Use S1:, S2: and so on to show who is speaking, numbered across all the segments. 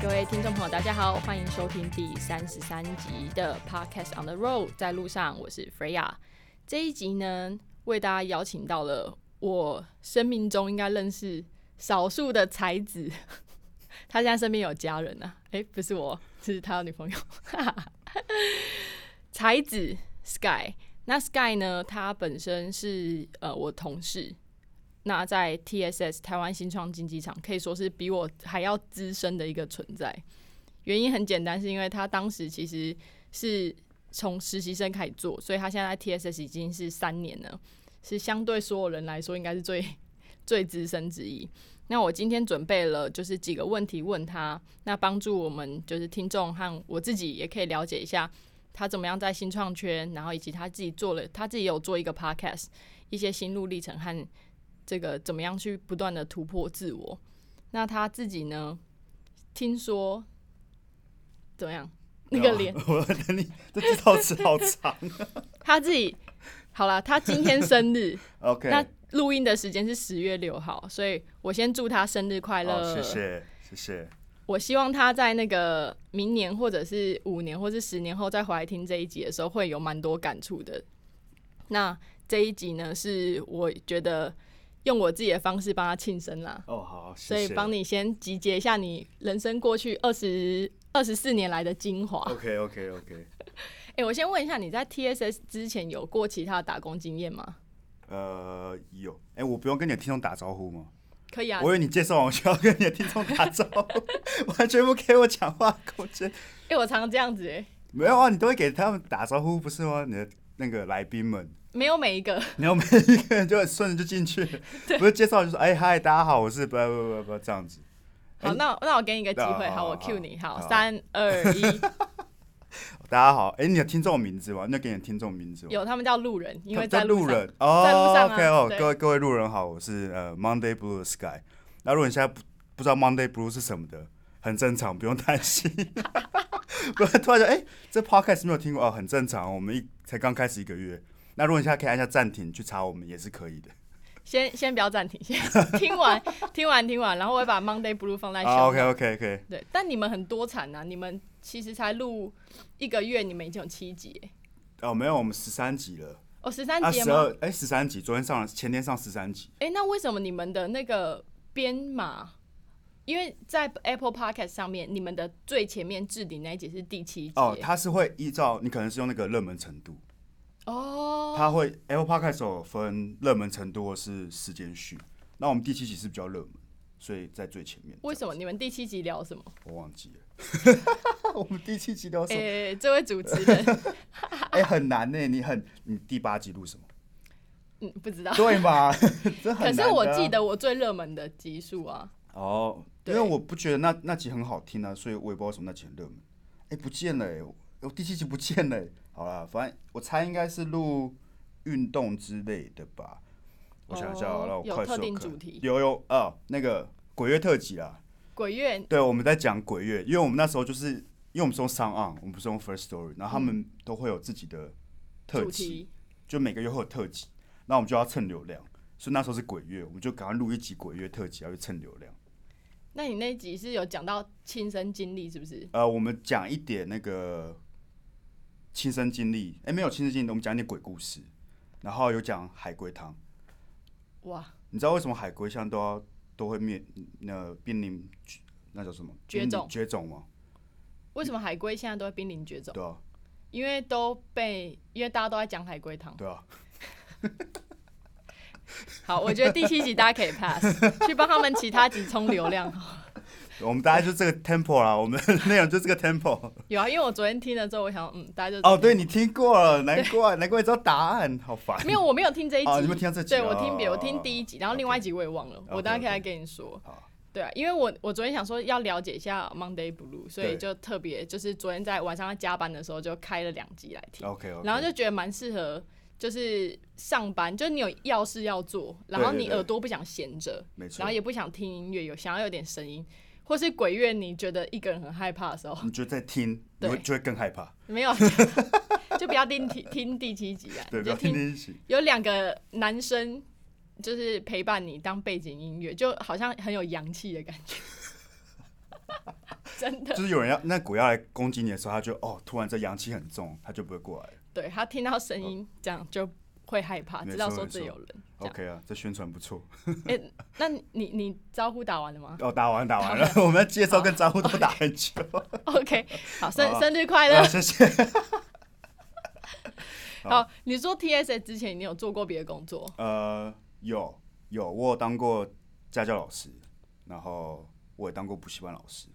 S1: 各位听众朋友，大家好，欢迎收听第三十三集的 Podcast on the Road，在路上，我是 Freya。这一集呢，为大家邀请到了我生命中应该认识少数的才子， 他现在身边有家人啊，诶，不是我，是他的女朋友， 才子 Sky。那 Sky 呢，他本身是呃我同事，那在 TSS 台湾新创竞技场可以说是比我还要资深的一个存在。原因很简单，是因为他当时其实是从实习生开始做，所以他现在在 TSS 已经是三年了，是相对所有人来说应该是最 最资深之一。那我今天准备了就是几个问题问他，那帮助我们就是听众和我自己也可以了解一下他怎么样在新创圈，然后以及他自己做了他自己有做一个 podcast，一些心路历程和这个怎么样去不断的突破自我。那他自己呢？听说怎么样？那个脸，
S2: 我等你这这套词好长。
S1: 他自己好啦，他今天生日，
S2: OK，
S1: 那录音的时间是十月六号，所以我先祝他生日快乐、
S2: 哦好，谢。谢谢谢。
S1: 我希望他在那个明年或者是五年或是十年后再回来听这一集的时候，会有蛮多感触的。那这一集呢，是我觉得用我自己的方式帮他庆生啦。
S2: 哦，好，
S1: 所以帮
S2: 你。
S1: 你先集结一下你人生过去二十二十四年来的精华。
S2: OK OK OK，
S1: 哎、我先问一下，你在 TSS 之前有过其他的打工经验吗？
S2: 呃，有，哎，我不用跟你的听众打招呼吗？
S1: 可以啊
S2: 我，以为你介绍完我就要跟你的听众打招呼， 完全不给我讲话空间。
S1: 哎、我常常这样子、欸，
S2: 没有啊，你都会给他们打招呼，不是吗？你的那个来宾们，
S1: 没有每一个，
S2: 然后每一个人就顺着就进去，不是介绍就说，哎嗨，大家好，我是不不不不这样子。
S1: 好，那那我给你一个机会，
S2: 哎好
S1: 好，我
S2: 好
S1: Q 你，好，
S2: 好
S1: 三二 一，
S2: 大家好，哎，你有听众名字吗？你有给你的听众名字吗？
S1: 有他们叫路人，因为
S2: 在
S1: 路
S2: 路
S1: 上
S2: 人哦
S1: 在路上啊
S2: OK 哦
S1: 对，
S2: 各位各位路人好，我是呃 Monday Blue 的 Sky。那如果你现在不不知道 Monday Blue 是什么的，很正常，不用担心。 不然突然就哎、这 podcast 没有听过哦，很正常。我们一才刚开始一个月。那如果你现在可以按下暂停去查我们也是可以的。
S1: 先先不要暂停， 先听完听完听完，然后我会把 Monday Blue 放在 show
S2: 啊
S1: note
S2: OK OK OK，
S1: 对，但你们很多产啊，你们其实才录一个月，你们已经有七集欸、
S2: 哦没有，我们十三集了。
S1: 哦，十三
S2: 啊
S1: 集了
S2: 十
S1: 吗？
S2: 二哎十三集，昨天上了，前天上十三集。
S1: 哎、那为什么你们的那个编码？因为在 Apple Podcast 上面，你们的最前面置顶那一集是第七集
S2: 哦，
S1: 欸。
S2: 它是会依照你可能是用那个热门程度，
S1: 哦，
S2: 它会 Apple Podcast 有分热门程度或是时间序。那我们第七集是比较热门，所以在最前面。
S1: 为什么你们第七集聊什么？
S2: 我忘记了？ 我们第七集聊 什
S1: 哎、
S2: 么？
S1: 这位主持 人，
S2: 哎、很难呢、你很你第八集录什么？
S1: 嗯，不知道。
S2: 对吧？ 这很
S1: 可
S2: 难
S1: 是
S2: 的啊
S1: 我记得我最热门的集数啊，
S2: 哦，因
S1: 对
S2: 为我不觉得那那集很好听啊，所以我也不知道为什么那集很热门。哎、不见了、欸，我我第七集不见了欸、 好啦，反正我猜应该是录运动之类的吧。我想一下
S1: 哦
S2: 哦，让我
S1: 有
S2: 快速
S1: 特定
S2: 看
S1: 主题
S2: 有有哦，那个鬼月特辑啦。
S1: 鬼月
S2: 对，我们在讲鬼月，因为我们那时候就是因为我们是用 Sound On，我们不是用 First Story，然后他们都会有自己的特
S1: 嗯主
S2: 辑，
S1: 题，
S2: 就每个月会有特辑，那我们就要蹭流量，所以那时候是鬼月，我们就赶快录一集鬼月特辑，要去蹭流量。
S1: 那你那集是有讲到亲身经历是不是？
S2: 呃，我们讲一点那个亲身经历，哎、没有亲身经历，我们讲一点鬼故事，然后有讲海龟汤。
S1: 哇，
S2: 你知道为什么海龟现在都要都会面那濒临那叫什么
S1: 绝
S2: 濒临
S1: 种
S2: 绝种吗？
S1: 为什么海龟现在都会濒临绝种？
S2: 对啊，
S1: 因为都被因为大家都在讲海龟汤。
S2: 对啊，
S1: 好，我觉得第七集大家可以 pass，去帮他们其他集冲流量。
S2: 我们大概就这个 tempo 啦，我们的内容就这个 tempo。
S1: 有啊，因为我昨天听了之后，我想，嗯，大家就
S2: 哦，对你听过了，难怪难怪你知道答案，好烦。
S1: 没有，我没有听这一集，
S2: 哦你没有听到这集
S1: 对
S2: 哦
S1: 我听别，我听第一集，然后另外一集我也忘了，
S2: OK，
S1: 我大概可以
S2: OK
S1: 来跟你说
S2: 好。
S1: 对啊，因为我我昨天想说要了解一下 Monday Blue，所以
S2: 对
S1: 就特别就是昨天在晚上要加班的时候就开了两集来听，
S2: OK 哦 OK，
S1: 然后就觉得蛮适合，就是上班，就你有要事要做，然后
S2: 对对
S1: 你
S2: 对
S1: 耳朵不想闲着，
S2: 没错
S1: 然后也不想听音乐，有想要有点声音。或是鬼月，你觉得一个人很害怕的时候，
S2: 你就在听，你
S1: 对
S2: 会就会更害怕。
S1: 没有，啊就不要听听听第七集啊，
S2: 对，
S1: 你
S2: 不
S1: 就
S2: 要听听一起。
S1: 有两个男生就是陪伴你当背景音乐，就好像很有阳气的感 觉，真的。
S2: 就是有人要那鬼要来攻击你的时候，他就哦，突然这阳气很重，他就不会过来了。
S1: 对他听到声音这样就会害怕，
S2: 没错
S1: 知道说这有人。这样
S2: OK 啊，这宣传不错。
S1: 哎、那你你招呼打完了吗
S2: 哦，打完打完了， 我们要介绍跟招呼都打很 久。
S1: ？OK，好，生、
S2: 好啊
S1: 生日快乐
S2: 啊、。谢谢。
S1: 好，你说 TSA 之前你有做过别的工作？
S2: 呃，有有，我有当过家教老师，然后我也当过补习班老师，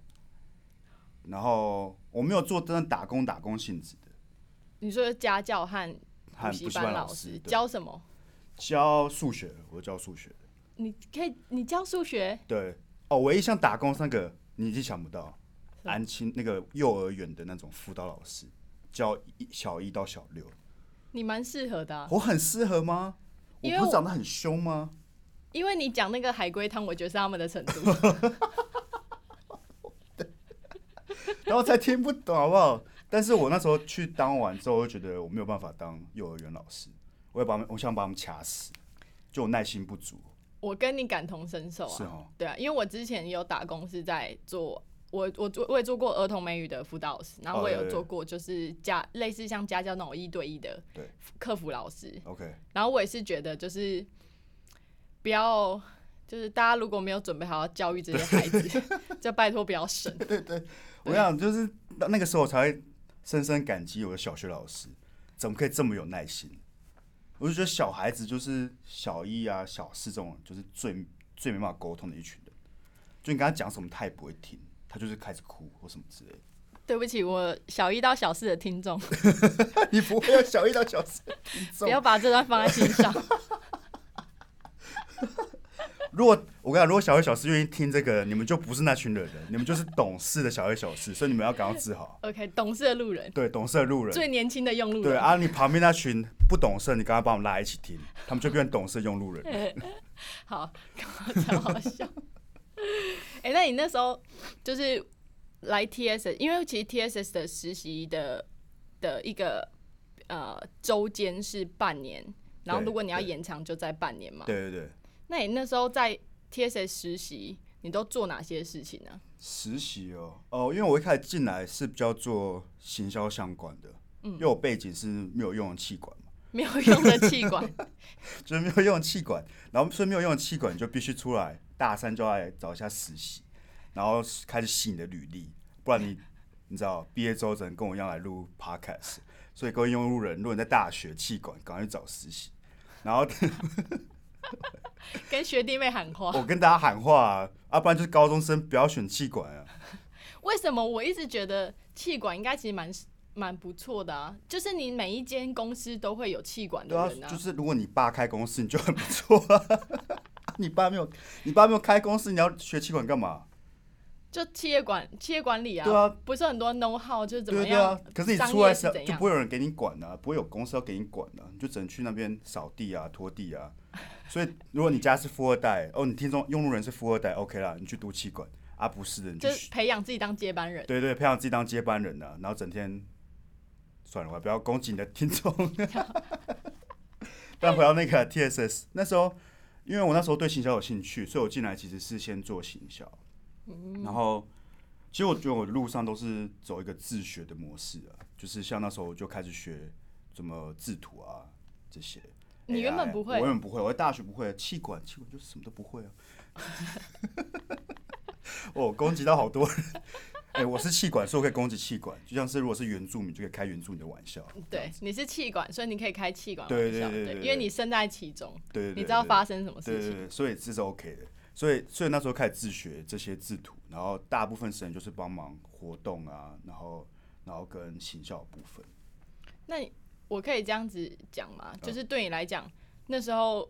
S2: 然后我没有做真的打工打工性质的，
S1: 你说家教和补
S2: 和补
S1: 习
S2: 习班
S1: 老
S2: 师对
S1: 教什么？
S2: 教数学，我教数学的。
S1: 你可以你教数学，
S2: 对，哦，唯一像打工那个你已经想不到，
S1: 是
S2: 安亲那个幼儿园的那种辅导老师，教一小一到小六，
S1: 你蛮适合的啊、
S2: 我很适合吗？我
S1: 因为
S2: 不是
S1: 我
S2: 长得很凶吗？
S1: 因为你讲那个海龟汤，我觉得是他们的程度。
S2: 然后才听不懂，好不好？但是我那时候去当完之后，我就觉得我没有办法当幼儿园老师，我要把他们，我想把他们掐死，就我耐心不足。
S1: 我跟你感同身受啊，
S2: 是哦
S1: 对啊，因为我之前有打工是在做，我我做我也做过儿童美语的辅导老师，然后
S2: 哦
S1: 我也
S2: 对
S1: 有
S2: 对
S1: 做过就是家、类似像家教那种一对一的
S2: 对
S1: 客服老师，
S2: OK，
S1: 然后我也是觉得就是不要。就是大家如果没有准备好要教育这些孩子， 就拜托不要省。
S2: 我想就是到那个时候我才会深深感激我的小学老师，怎么可以这么有耐心？我就觉得小孩子就是小一啊、小四这种，就是最最没办法沟通的一群人。就你跟他讲什么，他也不会听，他就是开始哭或什么之类的。
S1: 对不起，我小一到小四的听众，
S2: 你不会有小一到小四的听
S1: 不
S2: 众
S1: 要把这段放在心上。
S2: 如果我跟你讲，如果小黑小四愿意听这个，你们就不是那群人了，你们就是懂事的小黑小四，所以你们要感到自豪。
S1: OK，懂事的路人，
S2: 对，懂事的路人。
S1: 最年轻的用路人。
S2: 对啊，你旁边那群不懂事，你刚刚把我们拉一起听，他们就变成懂事的用 路人。
S1: 好， 超好笑。 哎、那你那时候就是来 TSS，因为其实 TSS 的实习的的一个呃周间是半年，然后
S2: 对
S1: 如果你要
S2: 对
S1: 延长就在半年嘛。
S2: 对对对，
S1: 那你那时候在 TSS 实习，你都做哪些事情啊呢、
S2: 实习哦，哦，因为我一开始进来是比较做行销相关的，
S1: 嗯
S2: 因为我背景是没有用的气管嘛，
S1: 没有用的气 管，
S2: 就是没有用的气管，然后所以没有用的气管你就必须出来，大三就要来找一下实习，然后开始洗你的履历，不然你你知道毕业之后只能跟我一样来录 podcast，所以各位用路人，如果你在大学气管，赶快去找实习。然后
S1: 跟学弟妹喊话。
S2: 我跟大家喊话啊，啊不然就是高中生不要选气管啊。
S1: 为什么我一直觉得气管应该其实蛮蛮不错的啊？就是你每一间公司都会有气管的
S2: 对啊
S1: 人，
S2: 就是如果你爸开公司，你就很不错啊。 你爸没有，你爸没有开公司，你要学气管干嘛？
S1: 就企业管企业管理啊，
S2: 对啊
S1: 不是很多 know how 就是怎么
S2: 对对
S1: 样
S2: 啊，，可是你
S1: 商
S2: 出来
S1: 业
S2: 时
S1: 是怎
S2: 就
S1: 样
S2: 不？会有人给你管啊，不会有公司要给你管啊，你就只能去那边扫地啊、拖地啊。所以如果你家是富二代，哦，你听众用路人是富二代，OK 啦，你去读气管啊，不是的，你就
S1: 就是培养自己当接班人。
S2: 对对，培养自己当接班人啊，然后整天算了，我不要攻击你的听众。 但回到那个 TSS，那时候因为我那时候对行销有兴趣，所以我进来其实是先做行销，
S1: 嗯
S2: 然后其实我觉得我路上都是走一个自学的模式啊，就是像那时候我就开始学怎么制图啊这些。
S1: 你原本
S2: AI
S1: 不会
S2: 我原本不会，我在大学不会，气管气管就什么都不会啊。 哦，攻击到好多人。哎、我是气管，所以我可以攻击气管，就像是如果是原住民，就可以开原住民的玩笑。
S1: 对，你是气管，所以你可以开气管
S2: 对
S1: 玩
S2: 对
S1: 笑，
S2: 对对对
S1: 因为你身在其中，
S2: 对对对，
S1: 你知道
S2: 对
S1: 发生什么
S2: 对
S1: 事
S2: 对
S1: 情。
S2: 对，所以这是 OK 的。所以所以那时候开始自学这些制图，然后大部分时间就是帮忙活动啊，然后然后跟行销的部分。
S1: 那你我可以这样子讲吗？
S2: 啊
S1: 就是对你来讲，那时候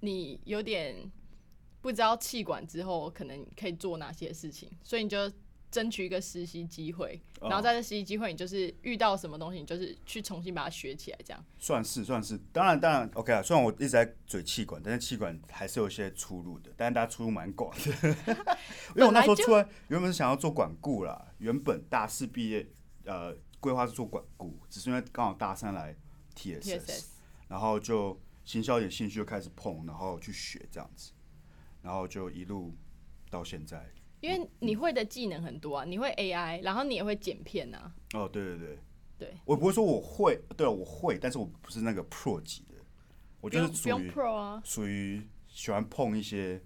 S1: 你有点不知道气管之后可能可以做哪些事情，所以你就争取一个实习机会，
S2: 哦
S1: 然后在这实习机会，你就是遇到什么东西，你就是去重新把它学起来，这样。
S2: 算是算是，当然当然，OK 啊。虽然我一直在嘴气管，但是气管还是有一些出入的，但是大家出入蛮广的。 因为我那时候出来原本是想要做管顾啦，原本大四毕业，呃，规划是做管顾，只是因为刚好大三来
S1: TSS
S2: 然后就行销有点兴趣就开始碰，然后去学这样子，然后就一路到现在。
S1: 因为你会的技能很多啊，你会 AI，然后你也会剪片啊，
S2: 哦，对对对，
S1: 对，
S2: 我不会说我会，对啊，我会，但是我不是那个 pro 级的，
S1: 不
S2: 我就
S1: 用
S2: 是
S1: 不
S2: 属
S1: 用
S2: 于
S1: Pro 啊，
S2: 属于喜欢碰一些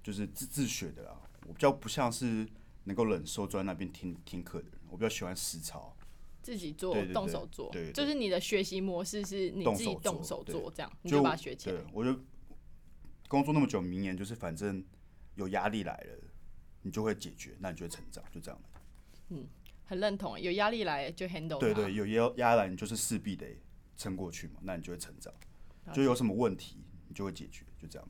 S2: 就是自自学的啦，我比较不像是能够忍受坐在那边听听课的人，我比较喜欢实操。
S1: 自己做
S2: 对对对
S1: 动手做
S2: 对对对
S1: 就是你的学习模式是你自己
S2: 动
S1: 动
S2: 手
S1: 手
S2: 做
S1: 做这样，你就把它学起来
S2: 对。，我就工作那么久，名言就是反正有压力来了，你就会解决，那你就会成长，就这样。
S1: 很认同，有压力来就 handle
S2: 对
S1: 它
S2: 对，有压压来，你就是势必得撑过去嘛，那你就会成长。就有什么问题，你就会解决，就这样。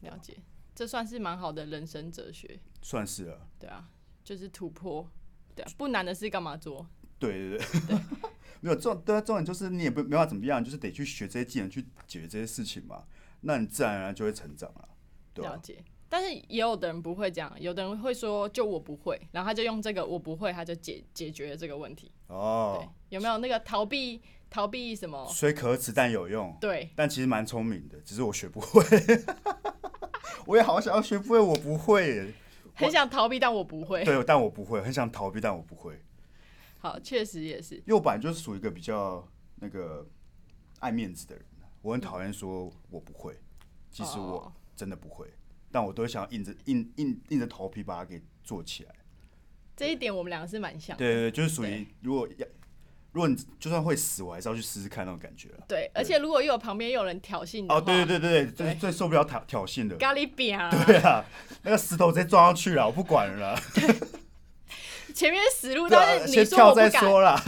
S1: 了解，这算是蛮好的人生哲学，
S2: 算是了、
S1: 对啊，就是突破，对啊，不难的事干嘛做？
S2: 对对对， 没有重对啊，重点就是你也不没办法怎么样，你就是得去学这些技能去解决这些事情嘛，那你自然而然就会成长了，对啊
S1: 了
S2: 吧、
S1: 解。但是也有的人不会这样，有的人会说就我不会，然后他就用这个我不会，他就解解决了这个问题。对
S2: 哦，，
S1: 有没有那个逃避逃避什么？
S2: 虽可耻但有用，
S1: 对，
S2: 但其实蛮聪明的，只是我学不会。 我也好想要学不会，我不会耶，
S1: 很想逃避，但我不会。
S2: 对，但我不会，很想逃避，但我不会。
S1: 好，确实也是，
S2: 因为我本来就是属于一个比较那个爱面子的人，我很讨厌说我不会，其实我
S1: 哦
S2: 真的不会，但我都会想要硬着硬硬硬着头皮把它给做起来。
S1: 这一点我们两个是蛮像的。
S2: 对对，对就是属于如果要，如果你就算会死，我还是要去试试看那种感觉了。
S1: 对，而且如果又有旁边又有人挑衅你的话，
S2: 哦，对对对对，这
S1: 对
S2: 是最受不了挑挑衅的。
S1: 咖喱饼啊，
S2: 对啊，那个石头直接撞上去了，我不管了啦。
S1: 前面死路，
S2: 对
S1: 但
S2: 啊，
S1: 是
S2: 先
S1: 你说
S2: 跳
S1: 我
S2: 再
S1: 不敢，
S2: 说啦。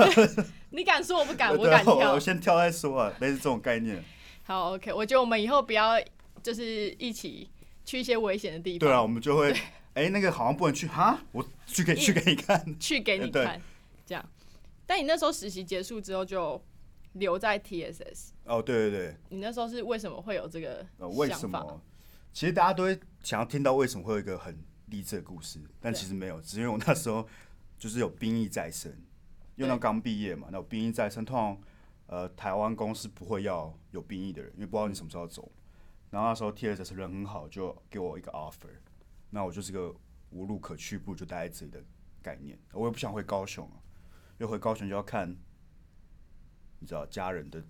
S1: 你敢说我不敢， 我
S2: 对
S1: 敢
S2: 啊，
S1: 跳
S2: 我。先跳再说啊，类似这种概念。
S1: 好，OK，我觉得我们以后不要就是一起去一些危险的地
S2: 对
S1: 方，
S2: 啊，我们就会，哎，那个好像不能去哈，我去给去给你看。
S1: 去给你
S2: 对
S1: 看，这样。但你那时候实习结束之后就留在 TSS，
S2: 哦，对对对，
S1: 你那时候是为什么会有这个
S2: 呃，为什
S1: 想法？
S2: 么？其实大家都会想要听到为什么会有一个很励志的故事，但
S1: 对
S2: 其实没有，只是因为我那时候就是有兵役在身，因为那
S1: 对
S2: 刚毕业嘛，那有兵役在身，通常呃台湾公司不会要有兵役的人，因为不知道你什么时候要走。然后那时候 TSS 人很好，就给我一个 offer，那我就是个无路可去，不如就待在这里的概念。我也不想回高雄啊，因为回高雄就要看，你知道家人的，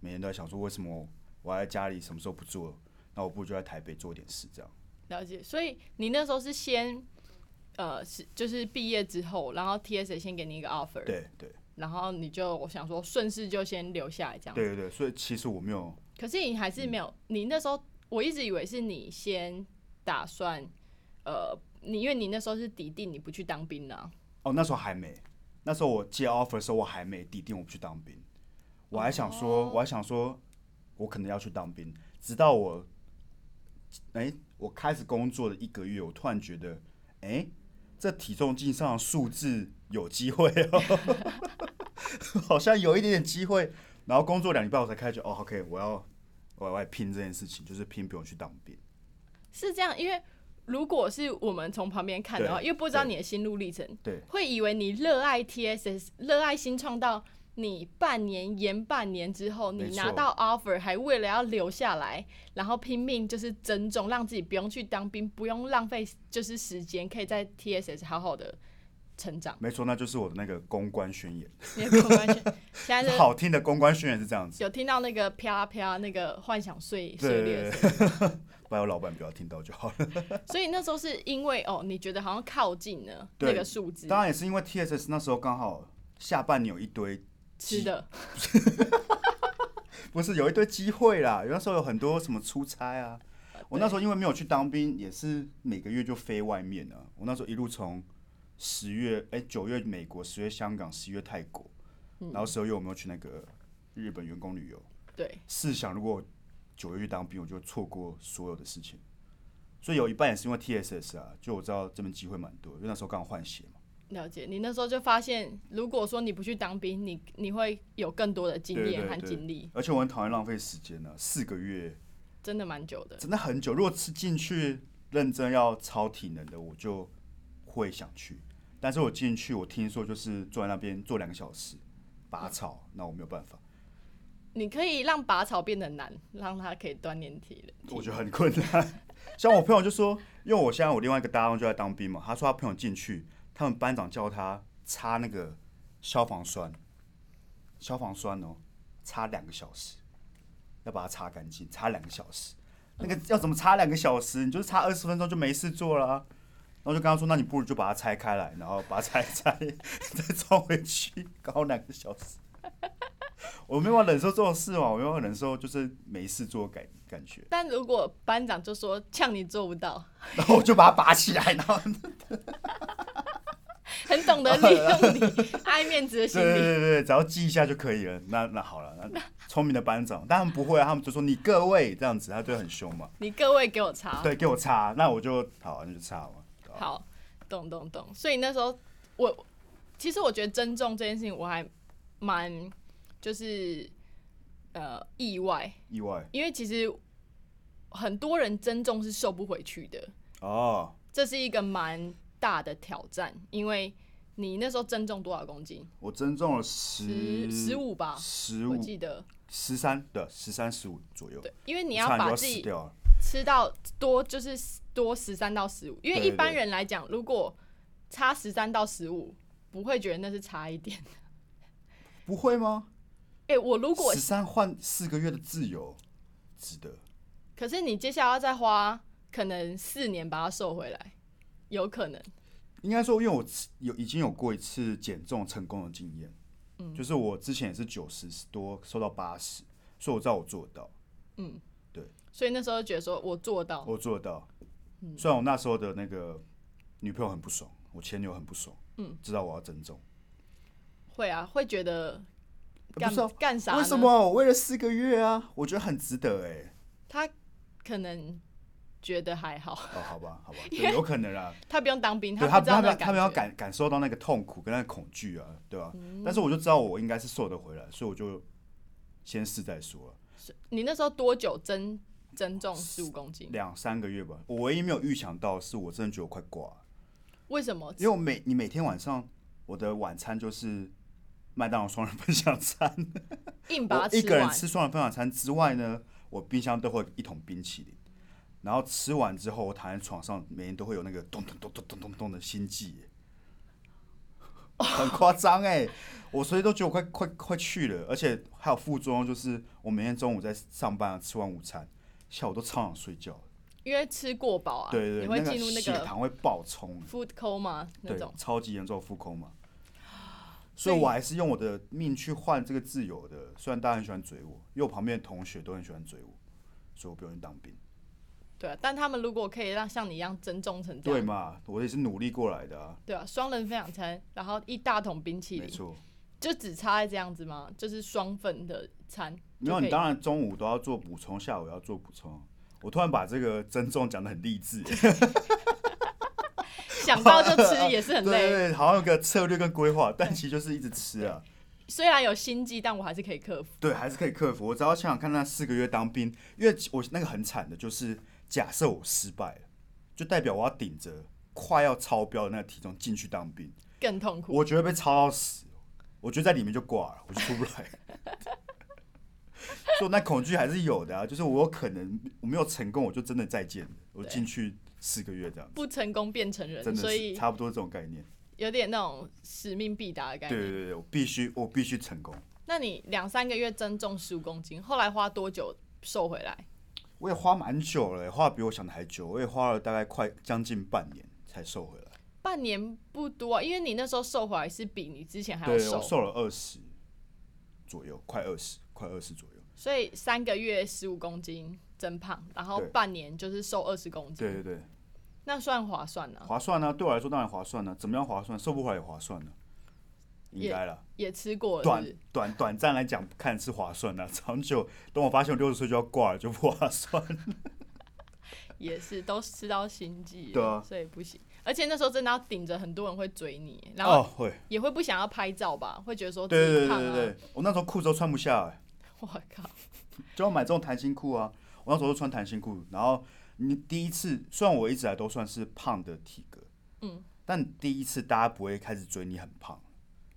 S2: 每天都在想说为什么我还在家里，什么时候不做？那我不如就在台北做点事这样。
S1: 了解，所以你那时候是先。呃，是就是毕业之后，然后 TSS 先给你一个 offer，
S2: 对对
S1: 然后你就我想说顺势就先留下来这样
S2: 对对对，所以其实我没有
S1: 可是你还是没有，你那时候我一直以为是你先打算，呃，你因为你那时候是抵定你不去当兵了、啊
S2: 哦，那时候还没，那时候我接 offer 的时候我还没底定我不去当兵，我还想说，我还想说，我可能要去当兵，直到我，哎、我开始工作的一个月，我突然觉得，哎、这体重计上的数字有机会哦， 好像有一点点机会。然后工作两礼拜，我才开始觉得，哦，OK，我要我要来拼这件事情，就是拼不用去当兵。
S1: 是这样，因为如果是我们从旁边看的话，
S2: 对
S1: 因为不知道你的心路历程，
S2: 对，
S1: 会以为你热爱 TSS，热爱新创到你半年延半年之后，
S2: 没
S1: 你
S2: 错
S1: 拿到 offer 还为了要留下来，然后拼命就是增重，让自己不用去当兵，不用浪费就是时间，可以在 TSS 好好的成 长。
S2: 没错，那就是我的那个公关宣言。
S1: 你的公关宣现在是
S2: 好听的公关宣言是这样子，
S1: 有听到那个啪啦啪啦那个幻想碎碎
S2: 对
S1: 裂
S2: 对
S1: 的声
S2: 对， 不然我老板不要听到就好了。
S1: 音，所以那时候是因为哦，你觉得好像靠近了
S2: 对
S1: 那个数字
S2: 当然也是因为 TSS 那时候刚好下半年有一堆，
S1: 吃的，
S2: 不是有一堆机会啦，有那时候有很多什么出差啊。我那时候因为没有去当兵，也是每个月就飞外面啊。我那时候一路从十月哎九、月美国，十月香港，十一月泰国，然后十二月我们又去那个日本员工旅游。
S1: 对，
S2: 试想，如果我九月去当兵，我就错过所有的事情，所以有一半也是因为 TSS 啊，就我知道这边机会蛮多，因为那时候刚好换血嘛。
S1: 了解，你那时候就发现，如果说你不去当兵，你你会有更多的经
S2: 对
S1: 验
S2: 对
S1: 和
S2: 对
S1: 经历，
S2: 而且我很讨厌浪费时间呢、四个月
S1: 真的蛮久的。
S2: 真的很久。如果是进去认真要超体能的，我就会想去。但是我进去，我听说就是坐在那边坐两个小时拔草，那我没有办法，
S1: 你可以让拔草变得难，让它可以锻炼体能。
S2: 我觉得很困难。 像我朋友就说，因为我现在我另外一个搭档就在当兵嘛，他说他朋友进去，他们班长叫他擦那个消防栓，消防栓哦，擦两个小时，要把它擦干净，擦两个小时。那个要怎么擦两个小时？你就是擦二十分钟就没事做了啊、然后就跟他说，那你不如就把它拆开来，然后把它拆一拆，再装回去，搞两个小时。 我没有办法忍受这种事嘛，我没有办法忍受就是没事做的感感觉。
S1: 但如果班长就说呛你做不到，
S2: 然后我就把它拔起来，然后
S1: 很懂得利用你爱面子的心
S2: 对 对
S1: 理，
S2: 对对，只要记一下就可以了。那那好了，那聪明的班长，但他们不会啊，他们就说你各位这样子，他对很凶嘛，
S1: 你各位给我查。
S2: 对，给我擦，那我就好，那就擦嘛。
S1: 好，懂懂懂。所以那时候我，其实我觉得珍重这件事情，我还蛮就是呃意外，
S2: 意外
S1: 因为其实很多人珍重是瘦不回去的，
S2: 哦，
S1: 这是一个蛮大的挑战，因为你那时候增重多少公斤？
S2: 我增重了十
S1: 十十五吧，
S2: 嗯十
S1: 我
S2: 五
S1: 记得。
S2: 十三对，十三十五左右，
S1: 对，因为你
S2: 我差点就
S1: 把
S2: 要
S1: 自
S2: 死
S1: 己
S2: 掉了。
S1: 吃到多就是多十三到十五，因为
S2: 对
S1: 一般
S2: 对
S1: 人来讲，如果差十三到十五，不会觉得那是差一点。
S2: 不会吗？
S1: 哎、我如果
S2: 十三换四个月的自由，值得。
S1: 可是你接下来要再花可能四年把它瘦回来，有可能。
S2: 应该说，因为我吃有已经有过一次减重成功的经验，
S1: 嗯
S2: 就是我之前也是九十多，瘦到八十，所以我知道我做得到，
S1: 所以那时候就觉得说我做到，
S2: 我做得到。
S1: 嗯
S2: 虽然我那时候的那个女朋友很不爽，我前女友很不爽，嗯，知道我要增重，
S1: 会啊，会觉得
S2: 呃
S1: 干
S2: 不是啊
S1: 干啥呢？
S2: 为什？么？我为了四个月啊，我觉得很值得哎、
S1: 他可能觉得还好，
S2: 哦，好吧，好吧，对，有可能啊，
S1: 他不用当兵，
S2: 对
S1: 他
S2: 他
S1: 不知道
S2: 他
S1: 那
S2: 们
S1: 个
S2: 他们要
S1: 觉。嗯
S2: 感感受到那个痛苦跟那个恐惧啊，对吧、但是我就知道我应该是瘦得回来，所以我就先试再说了。
S1: 你那时候多久增增重十五公斤？
S2: 两三个月吧。我唯一没有预想到是我真的觉得我快挂了，
S1: 为什么？
S2: 因为我每你每天晚上我的晚餐就是麦当劳双人分享餐，
S1: 硬把它
S2: 我
S1: 吃
S2: 一
S1: 完？
S2: 个人吃双人分享餐之外呢，我冰箱都会有一桶冰淇淋。然后吃完之后，我躺在床上，每天都会有那个咚咚咚咚咚咚咚的心悸耶，很夸张哎、我所以都觉得我快 快快去了，而且还有副作用，就是我每天中午在上班、啊吃完午餐，下午都超想睡觉。
S1: 因为吃过饱啊，
S2: 对对，
S1: 你
S2: 对，
S1: 会
S2: 那
S1: 进
S2: 个
S1: 入那
S2: 血
S1: 个
S2: 糖会爆冲，
S1: food coma 那
S2: 对
S1: 种，。
S2: 超级严重的腹空嘛。
S1: 所
S2: 所
S1: 以
S2: 以我还是用我的命去换这个自由的。虽然大家很喜欢追我，因为我旁边的同学都很喜欢追我，所以我不用去当兵。
S1: 对啊，但他们如果可以让像你一样增重成这
S2: 对
S1: 样，
S2: 嘛，我也是努力过来的啊，
S1: 对啊，双人分享餐，然后一大桶冰淇
S2: 没
S1: 淋，
S2: 错。
S1: 就只差在这样子吗？就是双份的餐，
S2: 没有，
S1: 就可
S2: 你
S1: 以
S2: 当然中午都要做补充，下午也要做补充。我突然把这个增重讲的很励 志，
S1: 想到就 吃也是很
S2: 对对
S1: 累。
S2: 对，好像有个策略跟规划，但其实就是一直吃啊。
S1: 虽然有心机，但我还是可以克服。
S2: 对，还是可以克服。我只要想想看那四个月当兵，因为我那个很惨的，就是假设我失败了，就代表我要顶着快要超标的那个体重进去当兵，
S1: 更痛苦。
S2: 我觉得被超到死，我觉得在里面就挂了，我 就出不来。所以我那恐惧还是有的啊，就是我有可能我没有成功，我就真的再见了，我进去四个月这样，
S1: 不成功变成人，
S2: 真的
S1: 所
S2: 是
S1: 以
S2: 差不多这种概念。
S1: 有点那种使命必达的概
S2: 对对
S1: 念。
S2: 对，我必须我必须成功。
S1: 那你两三个月增重十五公斤，后来花多久瘦回来？
S2: 我也花蛮久了，欸花的比我想的还久，我也花了大概快将近半年才瘦回来。
S1: 半年不多、啊因为你那时候瘦回来是比你之前还要
S2: 对，我
S1: 瘦，
S2: 瘦了二十左右，快二十，快二十左右。
S1: 所以三个月十五公斤增胖，然后
S2: 对
S1: 半年就是瘦二十公斤，
S2: 对对对，
S1: 那算划算啊，
S2: 划算呢、对我来说当然划算啊呢、怎么样划算？瘦不回来也划算呢、应该了。
S1: 也吃过了
S2: 短
S1: 是不是
S2: 短短暂来讲，看啊 是划算的、长久，等我发现我六十岁就要挂了，就不划算。
S1: 也是都吃到心悸了，
S2: 对啊
S1: 所以不行。而且那时候真的要顶着，很多人会追你，然
S2: 哦，
S1: 后
S2: 会，
S1: 也会不想要拍照吧，会觉得说自
S2: 对对
S1: 己
S2: 对
S1: 胖
S2: 对
S1: 啊。
S2: 对 对，我那时候裤子都穿不下、哎
S1: 我靠，
S2: 就要买这种弹性裤啊。我那时候都穿弹性裤，然后你第一次，虽然我一直来都算是胖的体格，
S1: 嗯，
S2: 但第一次大家不会开始追你很胖，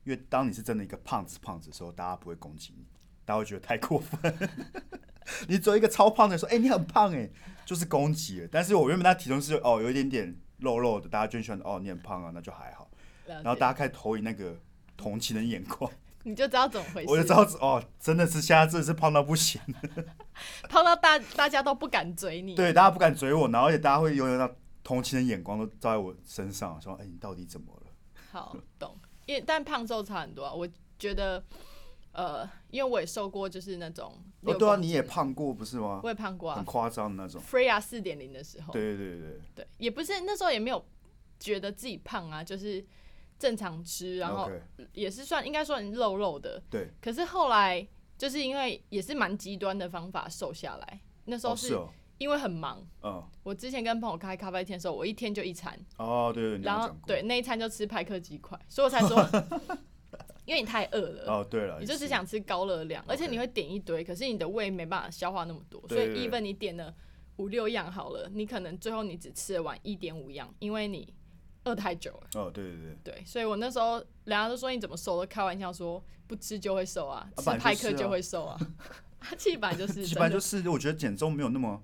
S2: 因为当你是真的一个胖子胖子的时候，大家不会攻击你，大家会觉得太过分。 你只有一个超胖的说，哎、你很胖哎、就是攻击了。但是我原本那体重是哦，有一点点肉肉的，大家就很喜欢哦，你很胖啊，那就还好。
S1: 然
S2: 然后大家开始投以那个同情的眼光，
S1: 你就知道怎么回事，
S2: 我就知道哦，真的是现在真的是胖到不行。
S1: 胖到大大家都不敢追你。
S2: 对，大家不敢追我，然后而且大家会永远那同情的眼光都照在我身上，说：“哎、你到底怎么了
S1: 好，懂。因为但胖瘦差很多啊，我觉得，呃，因为我也瘦过，就是那种？”
S2: 哦，
S1: 六
S2: 对啊，
S1: 公
S2: 你也
S1: 斤，
S2: 胖过不是吗？
S1: 我也胖过
S2: 很
S1: 啊。
S2: 夸张的那种。
S1: Freya 四点零的时候，
S2: 对对对对，
S1: 对，也不是那时候也没有觉得自己胖啊，就是正常吃，然后
S2: OK，
S1: 也是算应该算肉肉的。
S2: 对。
S1: 可是后来就是因为也是蛮极端的方法瘦下来，那时候
S2: 哦是
S1: 是
S2: 哦，
S1: 因为很忙。
S2: 嗯，
S1: 我之前跟朋友开咖啡店的时候，我一天就一餐，
S2: 哦对对，你有
S1: 然后
S2: 讲过。
S1: 对那一餐就吃派克鸡块，所以我才 说，因为你太饿了。
S2: 哦对了，
S1: 你就只
S2: 是
S1: 想吃高热量，而且你会点一堆，可是你的胃没办法消化那么多，所
S2: 对
S1: 以
S2: 对对
S1: even 你点了五六样好了，你可能最后你只吃了完一点五样，因为你饿太久了。
S2: 哦对对对，
S1: 对，所以我那时候人家都说你怎么瘦，都开玩笑说不吃就会瘦啊，
S2: 啊
S1: 吃
S2: 本来
S1: 派
S2: 就是
S1: 克
S2: 啊
S1: 就会瘦 啊，气板就是
S2: 基
S1: 真
S2: 本上
S1: 的
S2: 就是我觉得减重没有那么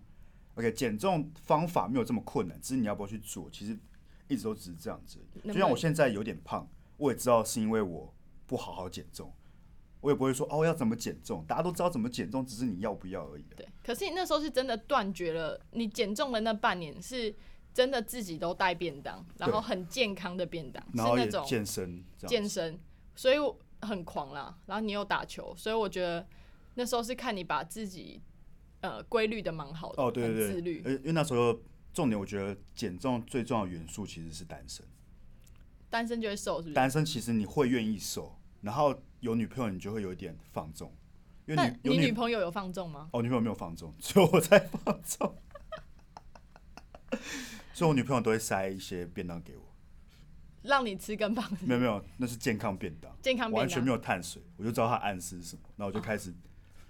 S2: OK，减重方法没有这么困难，只是你要不要去做，其实一直都只是这样子而
S1: 能不
S2: 已。就
S1: 能
S2: 像我现在有点胖，我也知道是因为我不好好减重，我也不会说哦要怎么减重，大家都知道怎么减重，只是你要不要而已啊。
S1: 对。可是你那时候是真的断绝了，你减重的那半年是真的自己都带便当，然后
S2: 对
S1: 很健康的便当，
S2: 然后
S1: 是
S2: 也
S1: 那种
S2: 健身这样，
S1: 健身，所以我很狂啦。然后你又打球，所以我觉得那时候是看你把自己呃规律的蛮好的，
S2: 哦对对
S1: 很
S2: 对，
S1: 自律。
S2: 呃因为那时候重点我觉得减重最重要的元素其实是单身，
S1: 单身就会瘦，是不是？
S2: 单身其实你会愿意瘦，然后有女朋友你就会有一点放纵，因为
S1: 但
S2: 你有
S1: 你女
S2: 女
S1: 朋友有放纵吗？
S2: 哦，女朋友没有放纵， 只有我在放纵。 所以我女朋友都会塞一些便当给我，
S1: 让你吃更胖，
S2: 没有没有，那是健康便当，
S1: 健康便
S2: 完全没
S1: 当，哦
S2: 有碳水，我就知道她暗示是什么，然后我就开始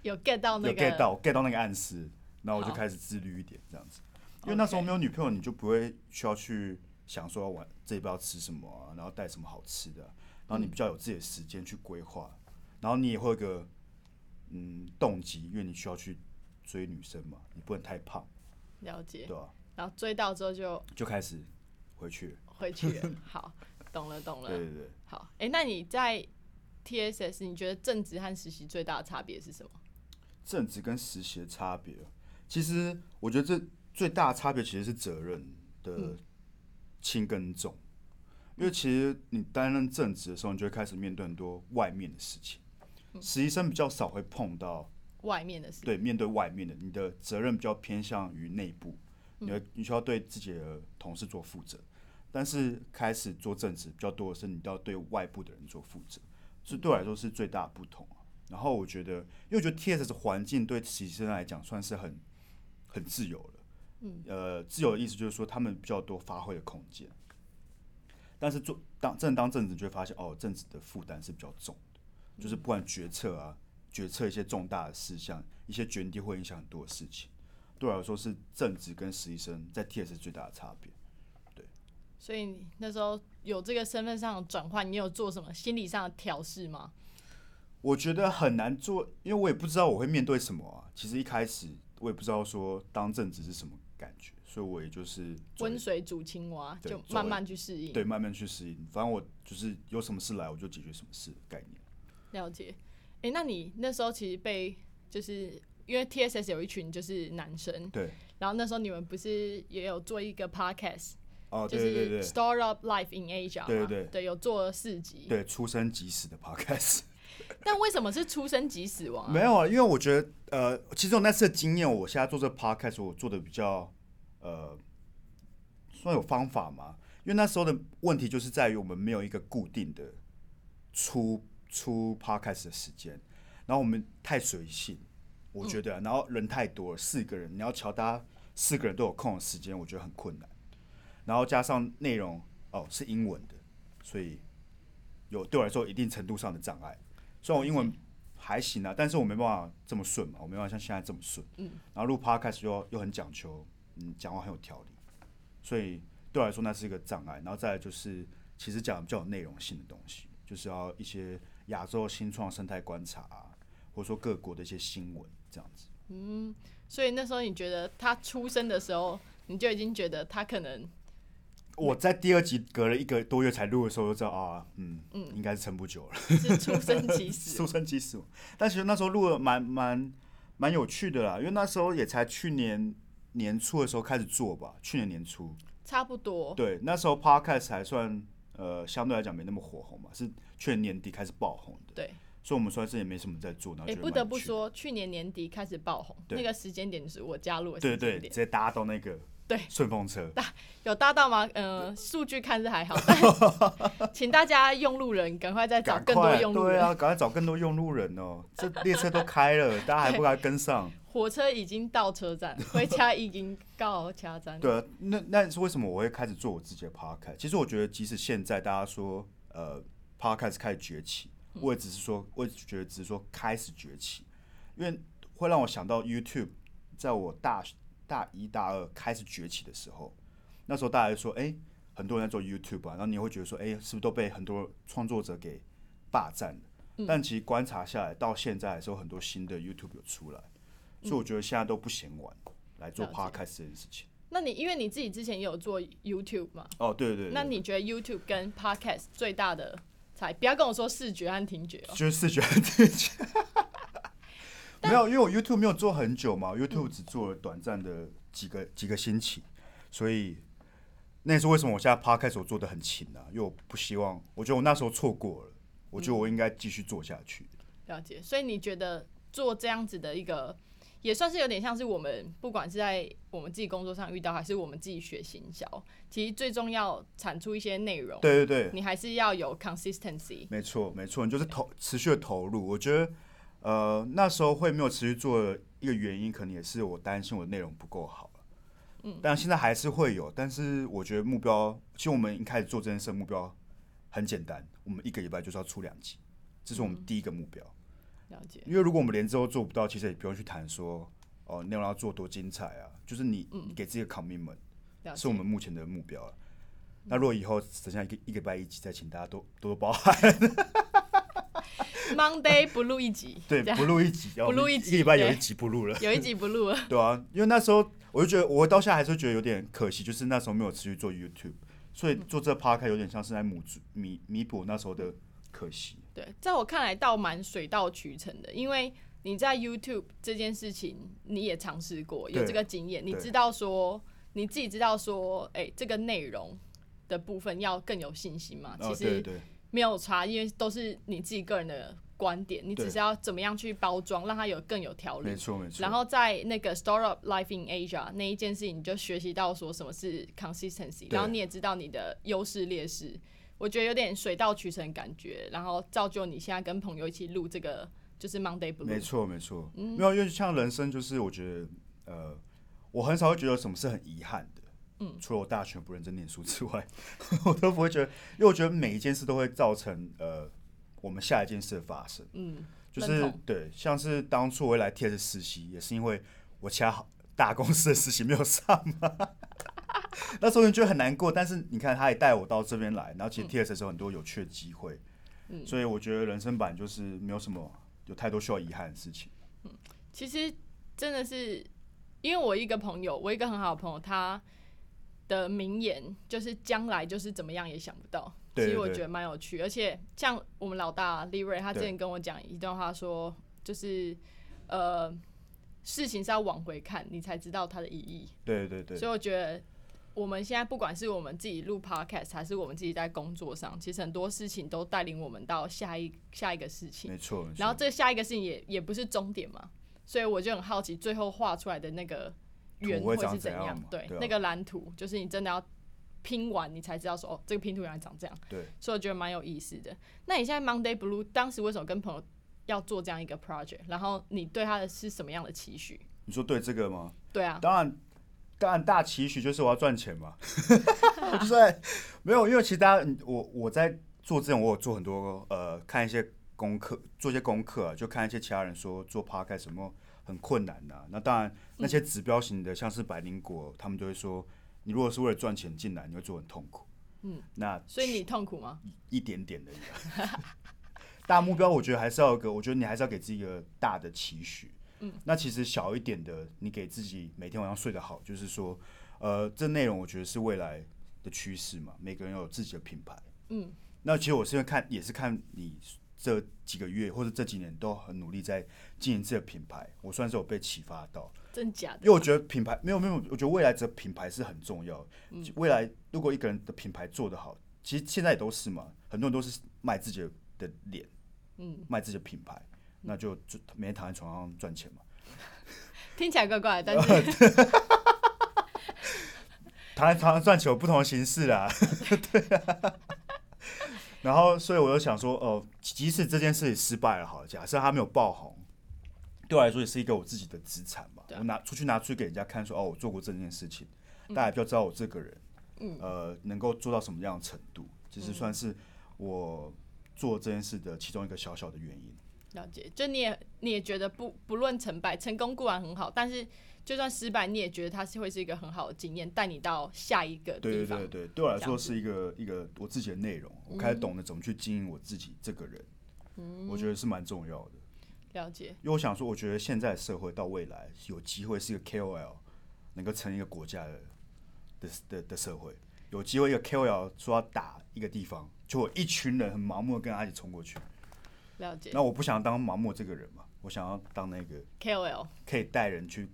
S1: 有 get 到那
S2: 有 get
S1: 个
S2: 到 get 到那个暗示，然后我就
S1: ，Oh 好
S2: 开始自律一点这样子，因为那时候
S1: OK
S2: 没有女朋友，你就不会需要去想说要晚这一步要吃什么啊，然后带什么好吃的啊、然后
S1: 嗯
S2: 你比较有自己的时间去规划，然后你也会有一个嗯动机，因为你需要去追女生嘛，你不能太胖，
S1: 了解
S2: 对，啊吧、
S1: 然后追到之后就
S2: 就开始回去了。
S1: 回去 了。好，懂了懂
S2: 对啊
S1: 了。
S2: 对对，
S1: 好，哎、那你在 TSS 你觉得正职和实习最大的差别是什么？
S2: 正职跟实习的差别，其实我觉得这最大的差别其实是责任的轻跟重，因为其实你担任正职的时候，你就会开始面对很多外面的事情。实习生比较少会碰到，
S1: 外面的事，
S2: 对，面对外面的，你的责任比较偏向于内部，你会你需要对自己的同事做负责。但是开始做正职比较多的是，你都要对外部的人做负责，这对我来说是最大的不同啊。然后我觉得，因为我觉得 TSS 环境对实习生来讲算是很很自由了，嗯，呃，自由的意思就是说他们比较多发挥的空间。但是做当正当正职，就会发现哦，正职的负担是比较重的，就是不管决策啊，决策一些重大的事项，一些决定会影响很多的事情。对我来说是正职跟实习生在 TS 最大的差别。
S1: 所以你那时候有这个身份上的转换，你有做什么心理上的调试吗？
S2: 我觉得很难做，因为我也不知道我会面对什么啊。其实一开始我也不知道说当正职是什么感觉，所以我也就是
S1: 温水煮青蛙，
S2: 对
S1: 就
S2: 作为
S1: 慢慢去适应。
S2: 对慢慢去适应。反正我就是有什么事来我就解决什么事的概念。
S1: 了解。哎、那你那时候其实被就是因为 TSS 有一群就是男生，
S2: 对，
S1: 然后那时候你们不是也有做一个 podcast，、
S2: 哦，
S1: 就
S2: 对对
S1: 是
S2: 对对
S1: Start Up Life in Asia，嘛
S2: 对对
S1: 对，有做了四集。
S2: 对，出生即死的 podcast。
S1: 但为什么是出生即死亡、啊？
S2: 没有啊，因为我觉得呃，其实我那次的经验，我现在做这个 podcast，我做的比较呃，算有方法嘛。因为那时候的问题就是在于我们没有一个固定的出出 podcast 的时间，然后我们太随性，我觉得啊、然后人太多了，四个人，你要瞧大家四个人都有空的时间，我觉得很困难。然后加上内容哦是英文的，所以有对我来说一定程度上的障碍。虽然我英文还行啊，但是我没办法这么顺嘛，我没办法像现在这么顺。嗯。然后录 podcast 又又很讲求，嗯，讲话很有条理，所以对我来说那是一个障碍。然后再来就是，其实讲比较有内容性的东西，就是要一些亚洲新创生态观察啊，或者说各国的一些新闻这样子。
S1: 所以那时候你觉得他出生的时候，你就已经觉得他可能
S2: 我在第二集隔了一个多月才录的时候，就知道啊，嗯，应该是撑不久了，
S1: 是出生即死
S2: 出。生即死亡。但其实那时候录的蛮蛮蛮有趣的啦，因为那时候也才去年年初的时候开始做吧，去年年初，
S1: 差不多。
S2: 对，那时候 podcast 还算呃相对来讲没那么火红嘛，是去年年底开始爆红的，
S1: 对，
S2: 所以我们算是也没什么在做，然后
S1: 哎、
S2: 觉得
S1: 不
S2: 蛮
S1: 得
S2: 有
S1: 不
S2: 趣的，
S1: 说，去年年底开始爆红，
S2: 对
S1: 那个时间点就是我加入的
S2: 对
S1: 时
S2: 对
S1: 间
S2: 对，直
S1: 点。
S2: 接搭到那个
S1: 对
S2: 顺风车，
S1: 有搭到吗？呃，数据看是还 好，但请大家用路人赶快再找
S2: 赶
S1: 更多
S2: 快
S1: 用路
S2: 对
S1: 人。
S2: 啊，赶快找更多用路人哦，这列车都开了，大家还不赶快跟上？
S1: 火车已经到车 站，回家已经到车站。
S2: 对啊，那那是为什么我会开始做我自己的 podcast？其实我觉得，即使现在大家说呃 podcast 开始崛起，
S1: 嗯
S2: 我也只是说，我也觉得只是说开始崛起，因为会让我想到 YouTube，在我大大一大二开始崛起的时候，那时候大家就说，哎、很多人在做 YouTube 啊，然后你会觉得说，哎、是不是都被很多创作者给霸占了？
S1: 嗯
S2: 但其实观察下来，到现在的时候，很多新的 YouTube 有出来，所以我觉得现在都不嫌晚来做
S1: 嗯了解
S2: podcast 这件事情。
S1: 那你因为你自己之前也有做 YouTube 嘛，
S2: 哦，对对对，
S1: 那你觉得 YouTube 跟 Podcast 最大的差异？不要跟我说视觉和听觉哦。
S2: 就是视觉和听 觉。没有，因为我 YouTube 没有做很久嘛，YouTube 只做了短暂的几个几个星期，所以那也是为什么我现在 Podcast 我做的很勤啊，因为我不希望，我觉得我那时候错过了，我觉得
S1: 嗯
S2: 我应该继续做下去。
S1: 了解，所以你觉得做这样子的一个，也算是有点像是我们不管是在我们自己工作上遇到，还是我们自己学行销，其实最重要产出一些内容，
S2: 对对对，
S1: 你还是要有 consistency。
S2: 没错，没错，你就是投持续的投入。我觉得，呃，那时候会没有持续做的一个原因，可能也是我担心我的内容不够好了。嗯，但现在还是会有，但是我觉得目标，其实我们一开始做这件事，目标很简单，我们一个礼拜就是要出两集，这是我
S1: 嗯
S2: 们第一个目标。
S1: 了解，
S2: 因为如果我们连这都做不到，其实也不用去谈说哦内容要做多精彩啊，就是你你给自己的 commitment，、
S1: 嗯了
S2: 是
S1: 解
S2: 我。们目前的目标了。那如果以后剩下一个一个礼拜一集，再请大家多多多包涵。
S1: Monday 不录一集，
S2: 对，
S1: 这样
S2: 不录一集，然后
S1: 不录一
S2: 一
S1: 集
S2: 个礼拜有
S1: 对
S2: 一集不录了，
S1: 有一集不录了。
S2: 对啊，因为那时候我就觉得，我到现在还是觉得有点可惜，就是那时候没有持续做 YouTube，所以做这 p a r k 有点像是在补足弥弥补我那时候的可惜。
S1: 对，在我看来倒蛮水到渠成的，因为你在 YouTube 这件事情你也尝试过，有
S2: 对
S1: 这个经验，你
S2: 对
S1: 知道说你自己知道说，哎、这个内容的部分要更有信心嘛。
S2: 哦，
S1: 啊其
S2: 对
S1: 实
S2: 对
S1: 没有差，因为都是你自己个人的观点，你
S2: 对
S1: 只是要怎么样去包装，让它有更有条
S2: 对，没
S1: 理。
S2: 错没错。
S1: 然后在那个 Startup Life in Asia 那一件事情，你就学习到说什么是 consistency，
S2: 对
S1: 然后你也知道你的优势劣势。我觉得有点水到渠成的感觉，然后造就你现在跟朋友一起录这个就是 Monday
S2: 没
S1: Blue。
S2: 错没错，
S1: 嗯
S2: 没有，因为像人生就是我觉得，呃，我很少会觉得有什么是很遗憾的。嗯，除了我大学不认真念书之外，我都不会觉得，因为我觉得每一件事都会造成呃我们下一件事的发生。
S1: 嗯，
S2: 就
S1: 认
S2: 是
S1: 同
S2: 对，像是当初我会来 T S 实习，也是因为我其他好大公司的实习没有上嘛。 那时候你觉得很难过，但是你看他也带我到这边来，然后
S1: 嗯
S2: 其实 T S 是有很多有趣的机会，所以我觉得人生版就是没有什么有太多需要遗憾的事情。
S1: 其实真的是因为我一个朋友，我一个很好的朋友，他的名言就是将来就是怎么样也想不到。
S2: 对
S1: 其实
S2: 对
S1: 我
S2: 对
S1: 觉得蛮有趣，而且像我们老大 l e r y 他之
S2: 对
S1: 前跟我讲一段话说就是呃，事情是要往回看，你才知道它的意义。
S2: 对对对
S1: 所以我觉得我们现在不管是我们自己录 podcast，还是我们自己在工作上，其实很多事情都带领我们到下一下一个事情。
S2: 没错。没错
S1: 然后这下一个事情也也不是终点嘛，所以我就很好奇最后画出来的那个圆
S2: 图会
S1: 是
S2: 长
S1: 怎
S2: 怎样嘛
S1: 对，
S2: 对啊
S1: 那个蓝图就是你真的要拼完你才知道说哦，这个拼图原来长这样，
S2: 对，
S1: 所以我觉得蛮有意思的。那你现在 Monday Blue 当时为什么跟朋友要做这样一个 project？然后你对他的是什么样的期许？
S2: 你说对这个吗？
S1: 对啊，
S2: 当然，当然大期许就是我要赚钱嘛， 我就在没有，因为其实大家嗯我我在做这种，我有做很多呃看一些功课，做一些功课、啊，就看一些其他人说做 podcast 什么很困难的、那当然那些指标型的，像是百灵果，他们就会说，你如果是为了赚钱进来，你会做很痛苦。嗯，那
S1: 所以你痛苦吗？
S2: 一点点的。 大目标，我觉得还是要有个，我觉得你还是要给自己一个大的期许。嗯，那其实小一点的，你给自己每天晚上睡得好，就是说，呃，这内容我觉得是未来的趋势嘛，每个人有自己的品牌。
S1: 嗯，
S2: 那其实我是因为看，也是看你这几个月或者这几年都很努力在经营自己的品牌，我算是有被启发到。
S1: 真假的？
S2: 因为我觉得品牌没有没有，我觉得未来这品牌是很重要的。
S1: 嗯
S2: 未来如果一个人的品牌做得好，其实现在也都是嘛，很多人都是卖自己的脸，
S1: 嗯，
S2: 卖自己的品牌，那就就每天躺在床上赚钱嘛。
S1: 听起来怪怪的，但是
S2: 躺在床上赚钱有不同的形式啦， 对啊。然后，所以我就想说，哦、即使这件事情失败了，好了，假设它没有爆红，对我来说也是一个我自己的资产嘛。
S1: 对啊
S2: 我拿出去拿出去给人家看说哦，我做过这件事情，大家比较知道我这个人，
S1: 嗯
S2: 呃，能够做到什么样的程度，就是算是我做这件事的其中一个小小的原因。
S1: 了解，就你也你也觉得不不论成败，成功固然很好，但是就算失败，你也觉得它是会是一个很好的经验，带你到下一个
S2: 对
S1: 地
S2: 对
S1: 方。
S2: 对对，对我来
S1: 这
S2: 说
S1: 样子
S2: 是一个一个我自己的内容，
S1: 嗯
S2: 我开始懂得怎么去经营我自己这个人，我觉得是蛮重要的。
S1: 了解，
S2: 因为我想说，我觉得现在社会到未来有机会是一个 KOL 能够成一个国家的的的的社会，有机会一个 KOL 说要打一个地方，就有一群人很盲目的跟他一起冲过去。
S1: 了解。
S2: 那我不想当盲目这个人嘛，我想要当那个
S1: KOL
S2: 可以带人去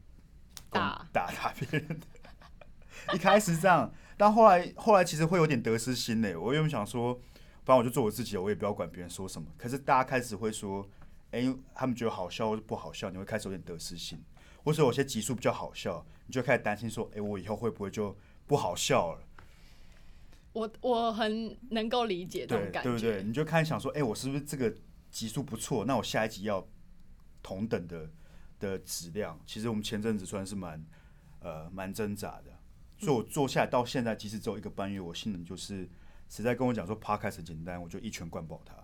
S2: 攻
S1: 打
S2: 打打别人的。 一开始这样，但后来后来其实会有点得失心嘞。我原本想说，反正我就做我自己，我也不要管别人说什么。可是大家开始会说，哎、他们觉得好笑或者不好笑，你会开始有点得失心，或者有些集数比较好笑，你就开始担心说，哎、我以后会不会就不好笑了？
S1: 我我很能够理解这
S2: 对
S1: 种感
S2: 对不
S1: 觉，
S2: 对？你就开始想说，哎、我是不是这个集数不错？那我下一集要同等的的质量。其实我们前阵子算是蛮呃蛮挣扎的，所
S1: 嗯
S2: 以我做下来到现在，即使只有一个半月，我心里就是谁在跟我讲说 podcast 很简单，我就一拳灌爆他。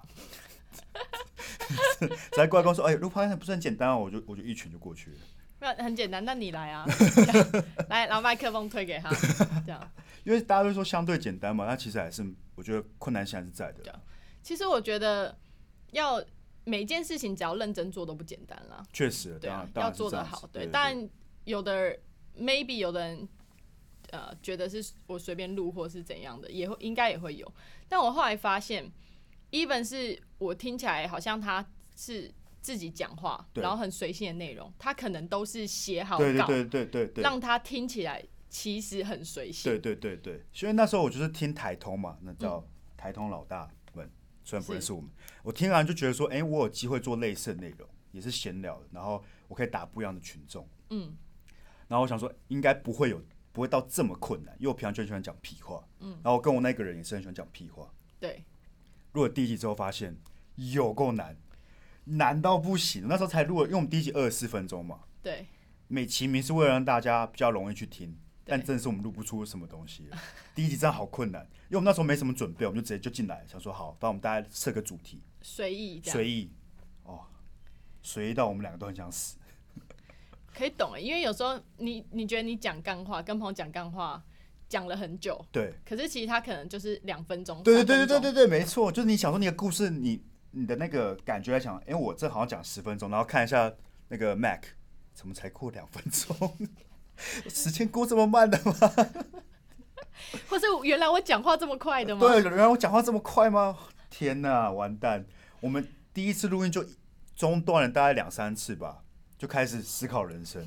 S2: 谁在过来跟我说，哎、录 podcast 不是很简单哦，我就我就一拳就过去了。
S1: 那很简单，那你来 啊，来，然后麦克风推给他，这样。
S2: 因为大家都说相对简单嘛，那其实还是我觉得困难性还是在的
S1: 对，其实我觉得要每件事情只要认真做都不简单啦，
S2: 确实，
S1: 对
S2: 当
S1: 啊
S2: 然，当
S1: 要
S2: 然是
S1: 做
S2: 这
S1: 得
S2: 样
S1: 好
S2: 子，
S1: 对。
S2: 对，
S1: 但有的人 maybe 有的人呃觉得是我随便录或是怎样的，也会应该也会有。但我后来发现，even 是我听起来好像他是自己讲话，
S2: 对
S1: 然后很随性的内容，他可能都是写好稿，
S2: 对对对对对对，
S1: 让他听起来其实很随性
S2: 对。嗯对对对，所以那时候我就是听台通嘛，那叫台通老大们，虽然不认识我们，我听完就觉得说，哎、我有机会做类似的内容，也是闲聊，然后我可以打不一样的群众。
S1: 嗯，
S2: 然后我想说，应该不会有不会到这么困难，因为我平常就很喜欢讲屁话，嗯，然后跟我那个人也是很喜欢讲屁话。
S1: 对，
S2: 录了第一集之后，发现有够难，难到不行。那时候才录了，因为我们第一集二十四分钟嘛，
S1: 对，
S2: 美其名是为了让大家比较容易去听，
S1: 对
S2: 但真的是我们录不出什么东西了。第一集真的好困难，因为我们那时候没什么准备，我们就直接就进来，想说好，帮我们大家设个主题，
S1: 随意这样。
S2: 随意，哦，随意到我们两个都很想死。
S1: 可以懂欸，因为有时候你你觉得你讲干话，跟朋友讲干话讲了很久，
S2: 对，
S1: 可是其实他可能就是两分钟。
S2: 对对对对对
S1: 三分钟
S2: 对对，没错，就是你想说你的故事，你你的那个感觉来讲，哎、我这好像讲十分钟，然后看一下那个 Mac，怎么才过两分钟？ 时间过这么慢的吗？
S1: 或是原来我讲话这么快的吗？
S2: 对，原来我讲话这么快吗？天哪，完蛋！我们第一次录音就中断了大概两三次吧，就开始思考人生。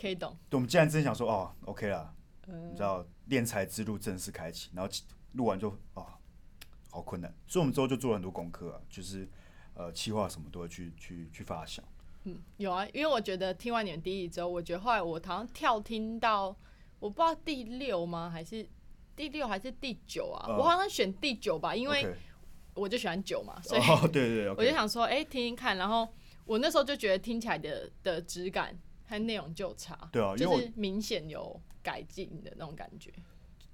S1: 可以懂。
S2: 对我们竟然真的想说，哦，OK 啦，
S1: 嗯
S2: 你知道练财之路正式开启，然后录完就哦，好困难。所以我们之后就做了很多功课啊，就是呃，企划什么都会去去去发想。
S1: 嗯，有啊，因为我觉得听完你们第一集之后，我觉得后来我好像跳听到我不知道第六吗？还是第六还是第九啊？
S2: 嗯
S1: 我好像选第九吧，因为
S2: OK 哦
S1: 我就喜欢九嘛，所以
S2: 哦，对对对，OK
S1: 我就想说，哎、听听看。然后我那时候就觉得听起来的的质感它内容就差，
S2: 对啊因为
S1: 就
S2: 我
S1: 是明显有改进的那种感觉。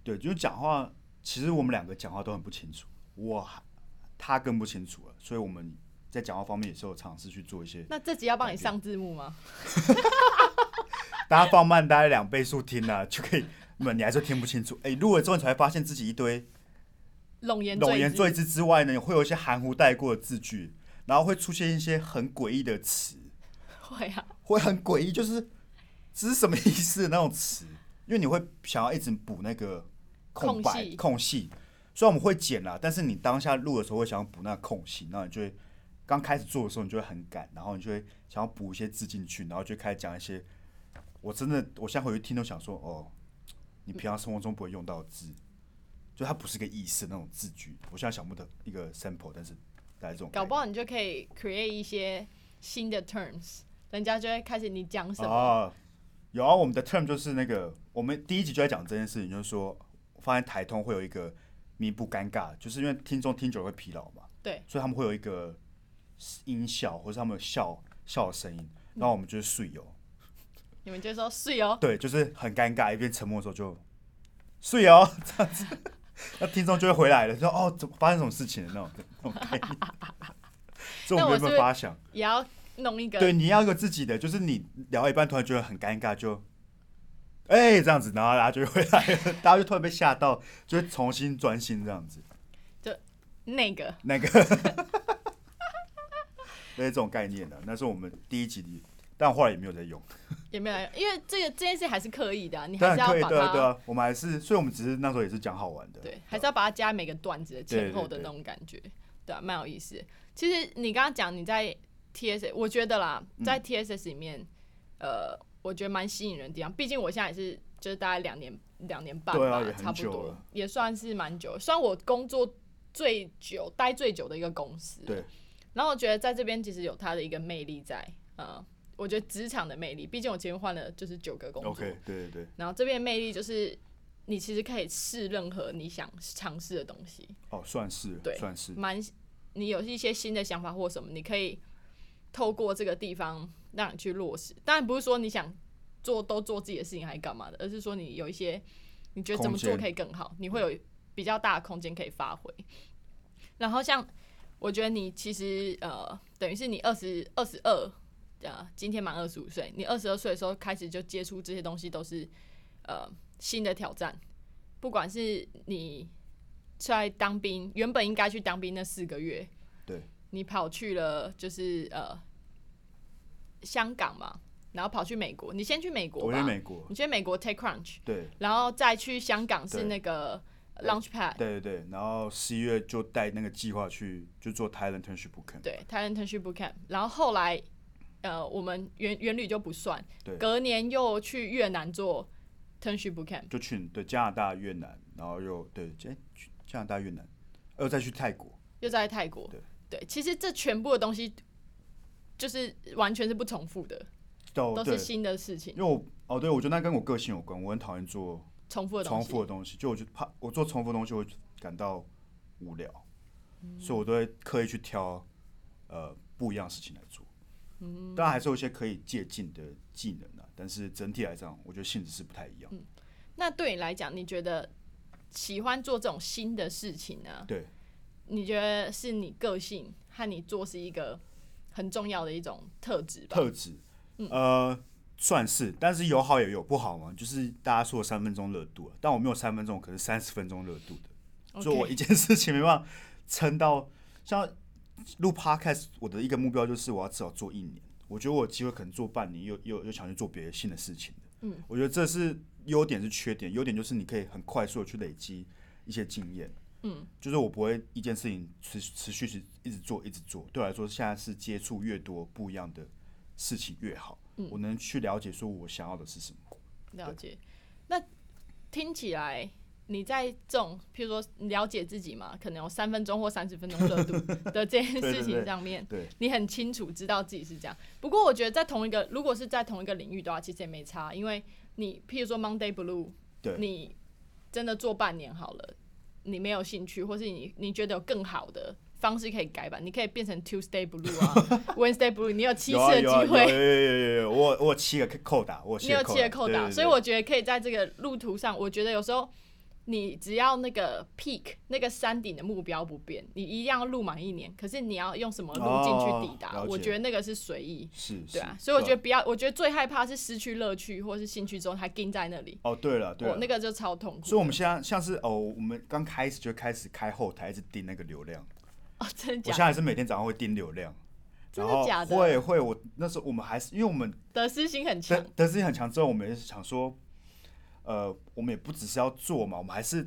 S2: 对，就是讲话，其实我们两个讲话都很不清楚，我还他更不清楚了，所以我们在讲话方面也是有尝试去做一些，
S1: 那这集要帮你上字幕吗？
S2: 大家放慢大概两倍速听啊，就可以，那你还是听不清楚。哎、录了之后你才会发现自己一堆
S1: 龙岩
S2: 冗言
S1: 之
S2: 赘字之外呢，会有一些含糊带过的字句，然后会出现一些很诡异的词，
S1: 会啊，
S2: 会很诡异，就是这是什么意思的那种词，因为你会想要一直补那个空白
S1: 空隙
S2: 空隙。虽然我们会剪啦，但是你当下录的时候会想要补那个空隙，那你就会刚开始做的时候你就会很赶，然后你就会想要补一些字进去，然后就开始讲一些我真的我现在回去听都想说哦，你平常生活中不会用到的字，就它不是个意思那种字句。我现在想不得一个 sample，但是大概这种
S1: 搞不
S2: 好
S1: 好你就可以 create 一些新的 terms，人家就会开始你讲什么。
S2: 啊，有啊，我们的 term 就是那个，我们第一集就在讲这件事情，就是说，我发现台通会有一个弥补尴尬，就是因为听众听久了会疲劳嘛，
S1: 对，
S2: 所以他们会有一个音效或者他们有笑笑的声音，然后我们就是睡哦，
S1: 你们就说是哦，
S2: 对，就是很尴尬，一边沉默的时候就睡哦这样子， 那听众就会回来了，就说哦，怎么发生什么事情了那种那种概念， 这我
S1: 那我
S2: 们原
S1: 是不
S2: 本
S1: 是
S2: 发想。
S1: 也要弄一个
S2: 对，你要有自己的，就是你聊一半突然觉得很尴尬，就哎、这样子，然后大家就会回 来了，大家就突然被吓到，就会重新专心这样子，
S1: 那个
S2: 那个 类似这种概念的、那是我们第一集里，但后来也没有在用，
S1: 也没有来，因为这个这件事还是刻意的啊、你还
S2: 但
S1: 是要
S2: 可以，
S1: 把
S2: 对啊对
S1: 它
S2: 啊，我们还是，所以我们只是那时候也是讲好玩的，
S1: 对，还是要把它加每个段子的前后
S2: 对对
S1: 的
S2: 对
S1: 那种感觉，对啊，蛮有意思的。其实你刚刚讲你在 TSS，我觉得啦，在
S2: 嗯
S1: TSS 里面，呃，我觉得蛮吸引人的地方。毕竟我现在也是，就是大概两年两年半
S2: 对啊
S1: 吧，
S2: 也很
S1: 差不
S2: 久
S1: 多
S2: 了，
S1: 也算是蛮久。算我工作最久、待最久的一个公司。
S2: 对，
S1: 然后我觉得在这边其实有它的一个魅力在，呃，我觉得职场的魅力。毕竟我前面换了就是九个工作。
S2: ，OK，对对对，
S1: 然后这边的魅力就是，你其实可以试任何你想尝试的东西，
S2: 哦，算是
S1: 对
S2: 算是，
S1: 蛮你有一些新的想法或什么，你可以透过这个地方让你去落实。当然不是说你想做都做自己的事情还干嘛的，而是说你有一些你觉得怎么做
S2: 空间
S1: 可以更好，你会有比较大的空间可以发挥。然后像我觉得你其实呃，等于是你二十二十二，呃，今天满二十五岁，你二十二岁的时候开始就接触这些东西，都是呃新的挑战。不管是你在当兵，原本应该去当兵那四个月，
S2: 对，
S1: 你跑去了就是呃香港嘛，然后跑去美国，你先去美国吧，
S2: 我在美国，
S1: 你去美国 TechCrunch，
S2: 对
S1: 然后再去香港是
S2: 对
S1: 那个 Launchpad，
S2: 对对对，然后十一月就带那个计划去，就做 Thailand internship camp，
S1: 对 Talent Internship Bootcamp，然后后来呃我们原原旅就不算
S2: 对，
S1: 隔年又去越南做 Internship Bootcamp，
S2: 就去对加拿大、越南，然后又对加去加拿大、越南，又再去泰国，
S1: 又在泰国，
S2: 对
S1: 对，其实这全部的东西就是完全是不重复的。
S2: 都
S1: 都
S2: 哦对
S1: 是，新的事情
S2: 因，为我哦对，我觉得那跟我个性有关，我很讨厌做
S1: 重复的东
S2: 重
S1: 西。
S2: 复的东西，就我就怕我做重复的东西我会感到无聊，
S1: 嗯
S2: 所以我都会刻意去挑呃不一样的事情来做。
S1: 嗯
S2: 当然还是有一些可以借鉴的技能啊，但是整体来讲，我觉得性质是不太一
S1: 嗯
S2: 样。
S1: 那对你来讲，你觉得喜欢做这种新的事情呢？
S2: 对，
S1: 你觉得是你个性和你做是一个很重要的一种特质吧？
S2: 特质，呃，算是，但是有好也有不好嘛，就是大家说的三分钟热度、啊，但我没有三分钟，可是三十分钟热度的
S1: OK
S2: 所以我一件事情没办法撑到像录 podcast，我的一个目标就是我要至少做一年，我觉得我有机会可能做半年，又又又想去做别的新的事情的，嗯，我觉得这是优点是缺点，优点就是你可以很快速的去累积一些经验。嗯，就是我不会一件事情持持续是一直做一直做，对我来说现在是接触越多不一样的事情越好，
S1: 嗯
S2: 我能去了解说我想要的是什么。
S1: 了解。那听起来你在这种，譬如说了解自己嘛，可能有三分钟或三十分钟热度 的这件
S2: 对
S1: 事
S2: 对
S1: 情上面，
S2: 对
S1: 你很清楚知道自己是这样。不过我觉得在同一个，如果是在同一个领域的话，其实也没差，因为你譬如说 Monday Blue，
S2: 对
S1: 你真的做半年好了，你没有兴趣，或是你你觉得有更好的方式可以改版，你可以变成 Tuesday Blue 啊，Wednesday Blue，你有七次
S2: 有啊
S1: 的机
S2: 有啊有有
S1: 会，
S2: 有有有有，我我有七个扣打，我有
S1: 你
S2: 七
S1: 有
S2: 个
S1: 七个扣
S2: 对对
S1: 打，
S2: 对
S1: 所以我觉得可以在这个路途上，我觉得有时候你只要那个 peak 那个山顶的目标不变，你一样要路满一年，可是你要用什么路
S2: 哦
S1: 径去抵达，
S2: 了解
S1: 我觉得那个是随意。
S2: 是
S1: 对啊，
S2: 是
S1: 所以我觉得
S2: 对
S1: 不要，我觉得最害怕是失去乐趣或是兴趣之后还定在那里，
S2: 哦对了对
S1: 我
S2: 了
S1: 那，个就超痛苦的。
S2: 所以我们现在像是哦，我们刚开始就开始开后台，一直盯那个流量。
S1: 哦，真的
S2: 我
S1: 假
S2: 现
S1: 的？
S2: 在还是每天早上会盯流量，
S1: 真
S2: 然
S1: 的
S2: 后
S1: 假的？
S2: 会会，我那时候我们还是因为我们
S1: 得失心很
S2: 得
S1: 强，
S2: 得知很强之后，我们也是想说，呃，我们也不只是要做嘛，我们还是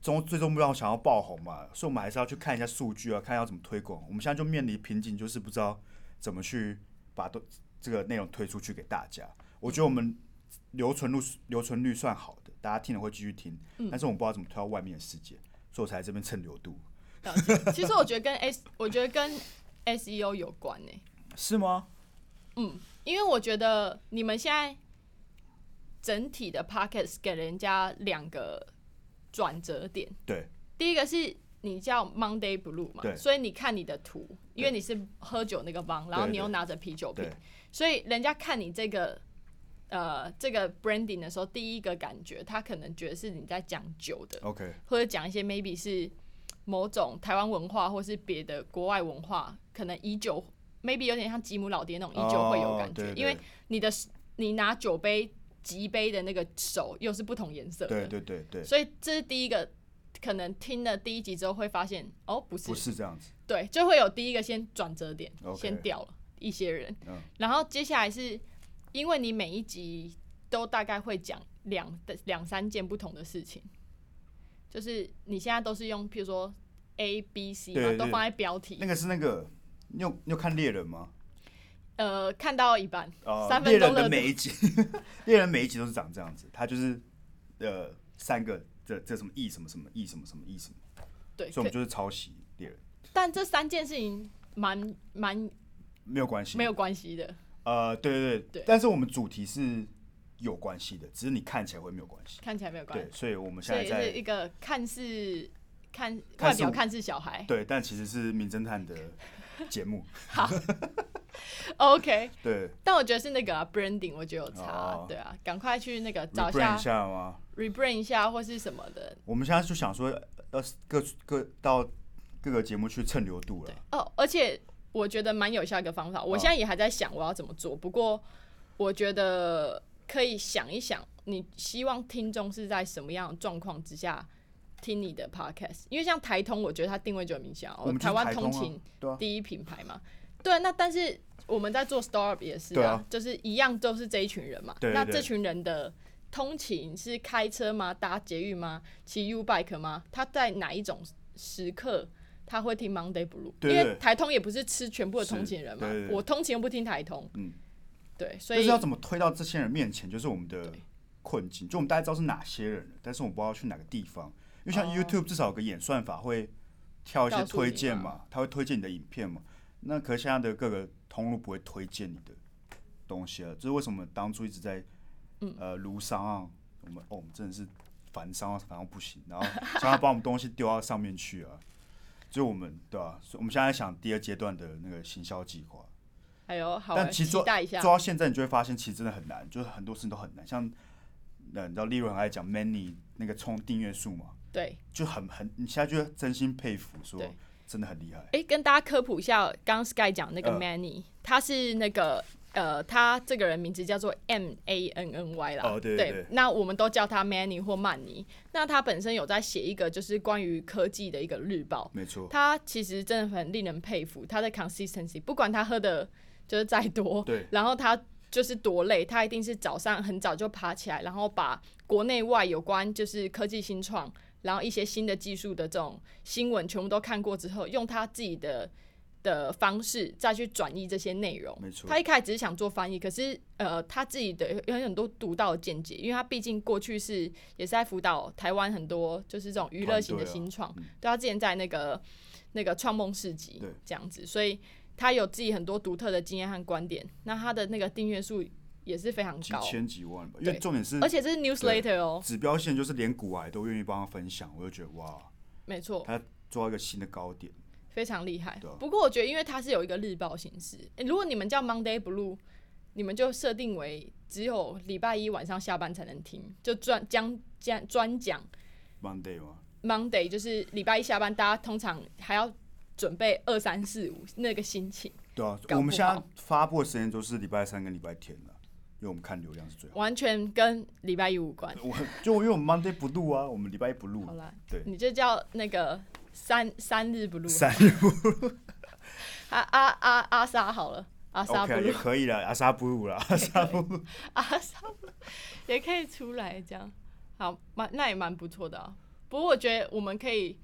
S2: 终最终目标想要爆红嘛，所以我们还是要去看一下数据啊，看要怎么推广。我们现在就面临瓶颈，就是不知道怎么去把都这个内容推出去给大家。我觉得我们留存率留存率算好的，大家听了会继续听，但是我们不知道怎么推到外面的世界，所以我才在这边蹭流度，
S1: 了解。其实我觉得跟 S，我觉得跟 SEO 有关呢、欸
S2: 是吗？
S1: 因为我觉得你们现在整体的 pockets 给人家两个转折点，
S2: 对，
S1: 第一个是你叫 Monday Blue 嘛
S2: 对，
S1: 所以你看你的图，因为你是喝酒那个帮，然后
S2: 对
S1: 你又
S2: 对
S1: 拿着啤酒瓶
S2: 对，
S1: 所以人家看你这个呃这个 branding 的时候，第一个感觉他可能觉得是你在讲酒的，
S2: ，OK，
S1: 或者讲一些 maybe 是某种台湾文化或是别的国外文化，可能以酒 maybe 有点像吉姆老爹那种以酒会有感觉，
S2: 哦对对
S1: 因为你的你拿酒杯极杯的那个手又是不同颜色的，
S2: 对对对对，
S1: 所以这是第一个。可能听了第一集之后会发现，哦，不是
S2: 不，是这样子，
S1: 对，就会有第一个先转折点
S2: OK
S1: 先掉了一些人，
S2: 嗯
S1: 然后接下来是因为你每一集都大概会讲两的两三件不同的事情，就是你现在都是用，譬如说 A、B、C 嘛
S2: 对，对
S1: 都放在标题
S2: 那，个是那个，你有你有看猎人吗？
S1: 呃，看到一半，
S2: 呃，
S1: 三
S2: 猎
S1: 分
S2: 人
S1: 钟
S2: 的
S1: 热
S2: 每
S1: 度，
S2: 一集， 猎人每一集都是长这样子，他就是呃三个这这什么 E 什么什么 E 什么什么 E 什么，
S1: 对，
S2: 所以我们
S1: 可
S2: 就是抄袭猎人，
S1: 但这三件事情蛮蛮
S2: 没有关系，
S1: 没有关系的，
S2: 呃，对对对，
S1: 对
S2: 但是我们主题是有关系的，只是你看起来会没有关系，
S1: 看起来没有关
S2: 对
S1: 系，，
S2: 所以我们现
S1: 所
S2: 在
S1: 以是
S2: 在
S1: 一个看似看
S2: 看
S1: 外
S2: 似
S1: 表
S2: 我
S1: 看似小孩
S2: 对，但其实是名侦探的节目，
S1: ，OK，
S2: 对，
S1: 但我觉得是那个、啊、branding，我觉得有差，
S2: 哦
S1: 对啊，赶快去那个找
S2: r
S1: 一
S2: b r a n
S1: 下
S2: 一下吗？
S1: rebrand 一下或是什么的。
S2: 我们现在就想说，要各各到各个节目去蹭流度了。
S1: 哦，而且我觉得蛮有效一个方法，我
S2: 哦
S1: 现在也还在想我要怎么做，不过我觉得可以想一想，你希望听众是在什么样的状况之下听你的 podcast，因为像台通，我觉得它定位就很明显啊，
S2: 我们就是
S1: 台湾
S2: 台通
S1: 通
S2: 啊
S1: 勤
S2: 对啊，
S1: 第一品牌嘛。对，啊那但是我们在做 startup 也是
S2: 对啊
S1: 就是一样都是这一群人嘛。
S2: 对对
S1: 那
S2: 对
S1: 这群人的通勤是开车吗？搭捷运吗？骑 U bike 吗？他在哪一种时刻他会听 Monday Blue？
S2: 对对
S1: 因为台通也不是吃全部的通勤人嘛。
S2: 是对对对
S1: 我通勤又不听台通。
S2: 嗯。
S1: 对，所
S2: 但
S1: 以
S2: 是要怎么推到这些人面前，就是我们的
S1: 对
S2: 困境。就我们大家知道是哪些人了，但是我们不知道去哪个地方。因为像
S1: 哦
S2: YouTube 至少有个演算法会挑一些
S1: 告诉你
S2: 推荐
S1: 嘛
S2: 嘛，它会推荐你的影片嘛。那可是现在的各个通路不会推荐你的东西了，这是为什么当初一直在
S1: 嗯
S2: 呃如商啊，我们哦我们真的是烦商啊，烦到不行，然后想要把我们东西丢到上面去啊。就我们对吧、啊所以我们现在在想第二阶段的那个行销计划，
S1: 还有好啊
S2: 但其实
S1: 期
S2: 做
S1: 待一下
S2: 做。到现在，你就会发现其实真的很难，就是很多事情都很难。像呃，你知道利润还讲 many 那个冲订阅数嘛，
S1: 对，
S2: 就很很，你现在就会真心佩服，说
S1: 对
S2: 真的很厉害。
S1: 哎、跟大家科普一下，刚刚 Sky 讲那个
S2: 嗯
S1: Manny，、他是那个呃，他这个人名字叫做 M A N N Y 啦。
S2: 哦对对对
S1: 那我们都叫他 Manny 或曼尼。那他本身有在写一个就是关于科技的一个日报，
S2: 没错，
S1: 他其实真的很令人佩服，他的 consistency，不管他喝的就是再多，
S2: 对
S1: 然后他就是多累，他一定是早上很早就爬起来，然后把国内外有关就是科技新创，然后一些新的技术的这种新闻全部都看过之后，用他自己的。的方式再去转译这些内容，
S2: 没错
S1: 他一开始只是想做翻译，可是呃，他自己的有很多独到的见解，因为他毕竟过去是也是在辅导台湾很多就是这种娱乐型的
S2: 团队啊
S1: 新创，
S2: 嗯
S1: 对他之前在那个那个创梦市集
S2: 对
S1: 这样子，所以他有自己很多独特的经验和观点。那他的那个订阅数也是非常
S2: 几
S1: 高，
S2: 千几万吧，因为
S1: 对
S2: 重点是
S1: 而且这是 newsletter 哦，
S2: 指标线，就是连股癌都愿意帮他分享，我就觉得哇，
S1: 没错，
S2: 他做到一个新的高点。
S1: 非常厉害
S2: 对啊。
S1: 不过我觉得，因为它是有一个日报形式，诶如果你们叫 Monday Blue，你们就设定为只有礼拜一晚上下班才能听，就专将将专讲
S2: Monday 吗？
S1: Monday，就是礼拜一下班，大家通常还要准备二三四五那个心情，
S2: 对啊，
S1: 搞不好
S2: 我们现在发布的时间都是礼拜三跟礼拜天了，因为我们看流量是最好。
S1: 完全跟礼拜一无关。
S2: 我就因为我们 Monday 不录啊，我们礼拜一不录
S1: 好，嗯啦，
S2: 对
S1: 你就叫那个三三日 Blue，
S2: 三日不
S1: 阿阿阿啊阿莎好了，阿莎
S2: OK
S1: Blue，
S2: 也可以了，阿莎不录了，阿莎不录。
S1: 阿莎 Blue 也可以出来这样，好，蛮那也蛮不错的啊。不过我觉得我们可以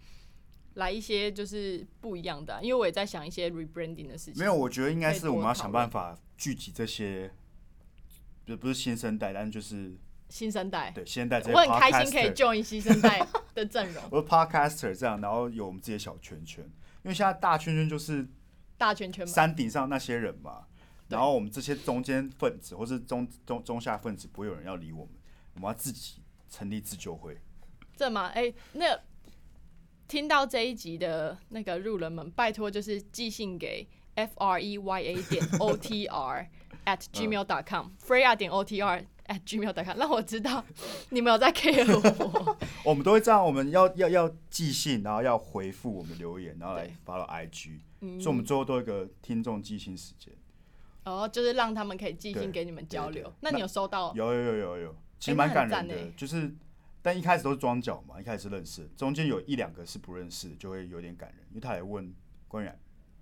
S1: 来一些就是不一样的啊、因为我也在想一些 rebranding 的事情。
S2: 没有，我觉得应该是我们要想办法聚集这些，也不是新生代，但就是
S1: 新生代，
S2: 对新生代这些
S1: 我很开心可以
S2: podcaster，，
S1: join 新生代的阵容
S2: 我是 podcaster 这样，然后有我们自己的小圈圈，因为现在大圈圈就是
S1: 大圈圈嘛。
S2: 山顶上那些人嘛，
S1: 对
S2: 然后我们这些中间分子或是中中中下分子，不会有人要理我们，我们要自己成立自救会。
S1: 这嘛，哎、那听到这一集的那个入人们，拜托就是寄信给 f r e y a 点 o t r at
S2: 嗯
S1: gmail dot com freya 点 o t r at gmail dot com，让我知 道你们有在 care 我。
S2: 我们都会这样，我们要要要寄信，然后要回复我们留言，然后来
S1: 对嗯
S2: 发到 IG，所以我们最后都有一个听众寄信时间。
S1: 然后哦就是让他们可以寄信
S2: 对
S1: 给你们交流
S2: 对对。
S1: 那你有收到？
S2: 有有有有有，其实
S1: 嗯那
S2: 蛮
S1: 很
S2: 感人
S1: 赞
S2: 的，
S1: 欸
S2: 就是但一开始都是装脚嘛，一开始是认识的，中间有一两个是不认识的，就会有点感人，因为他也问关于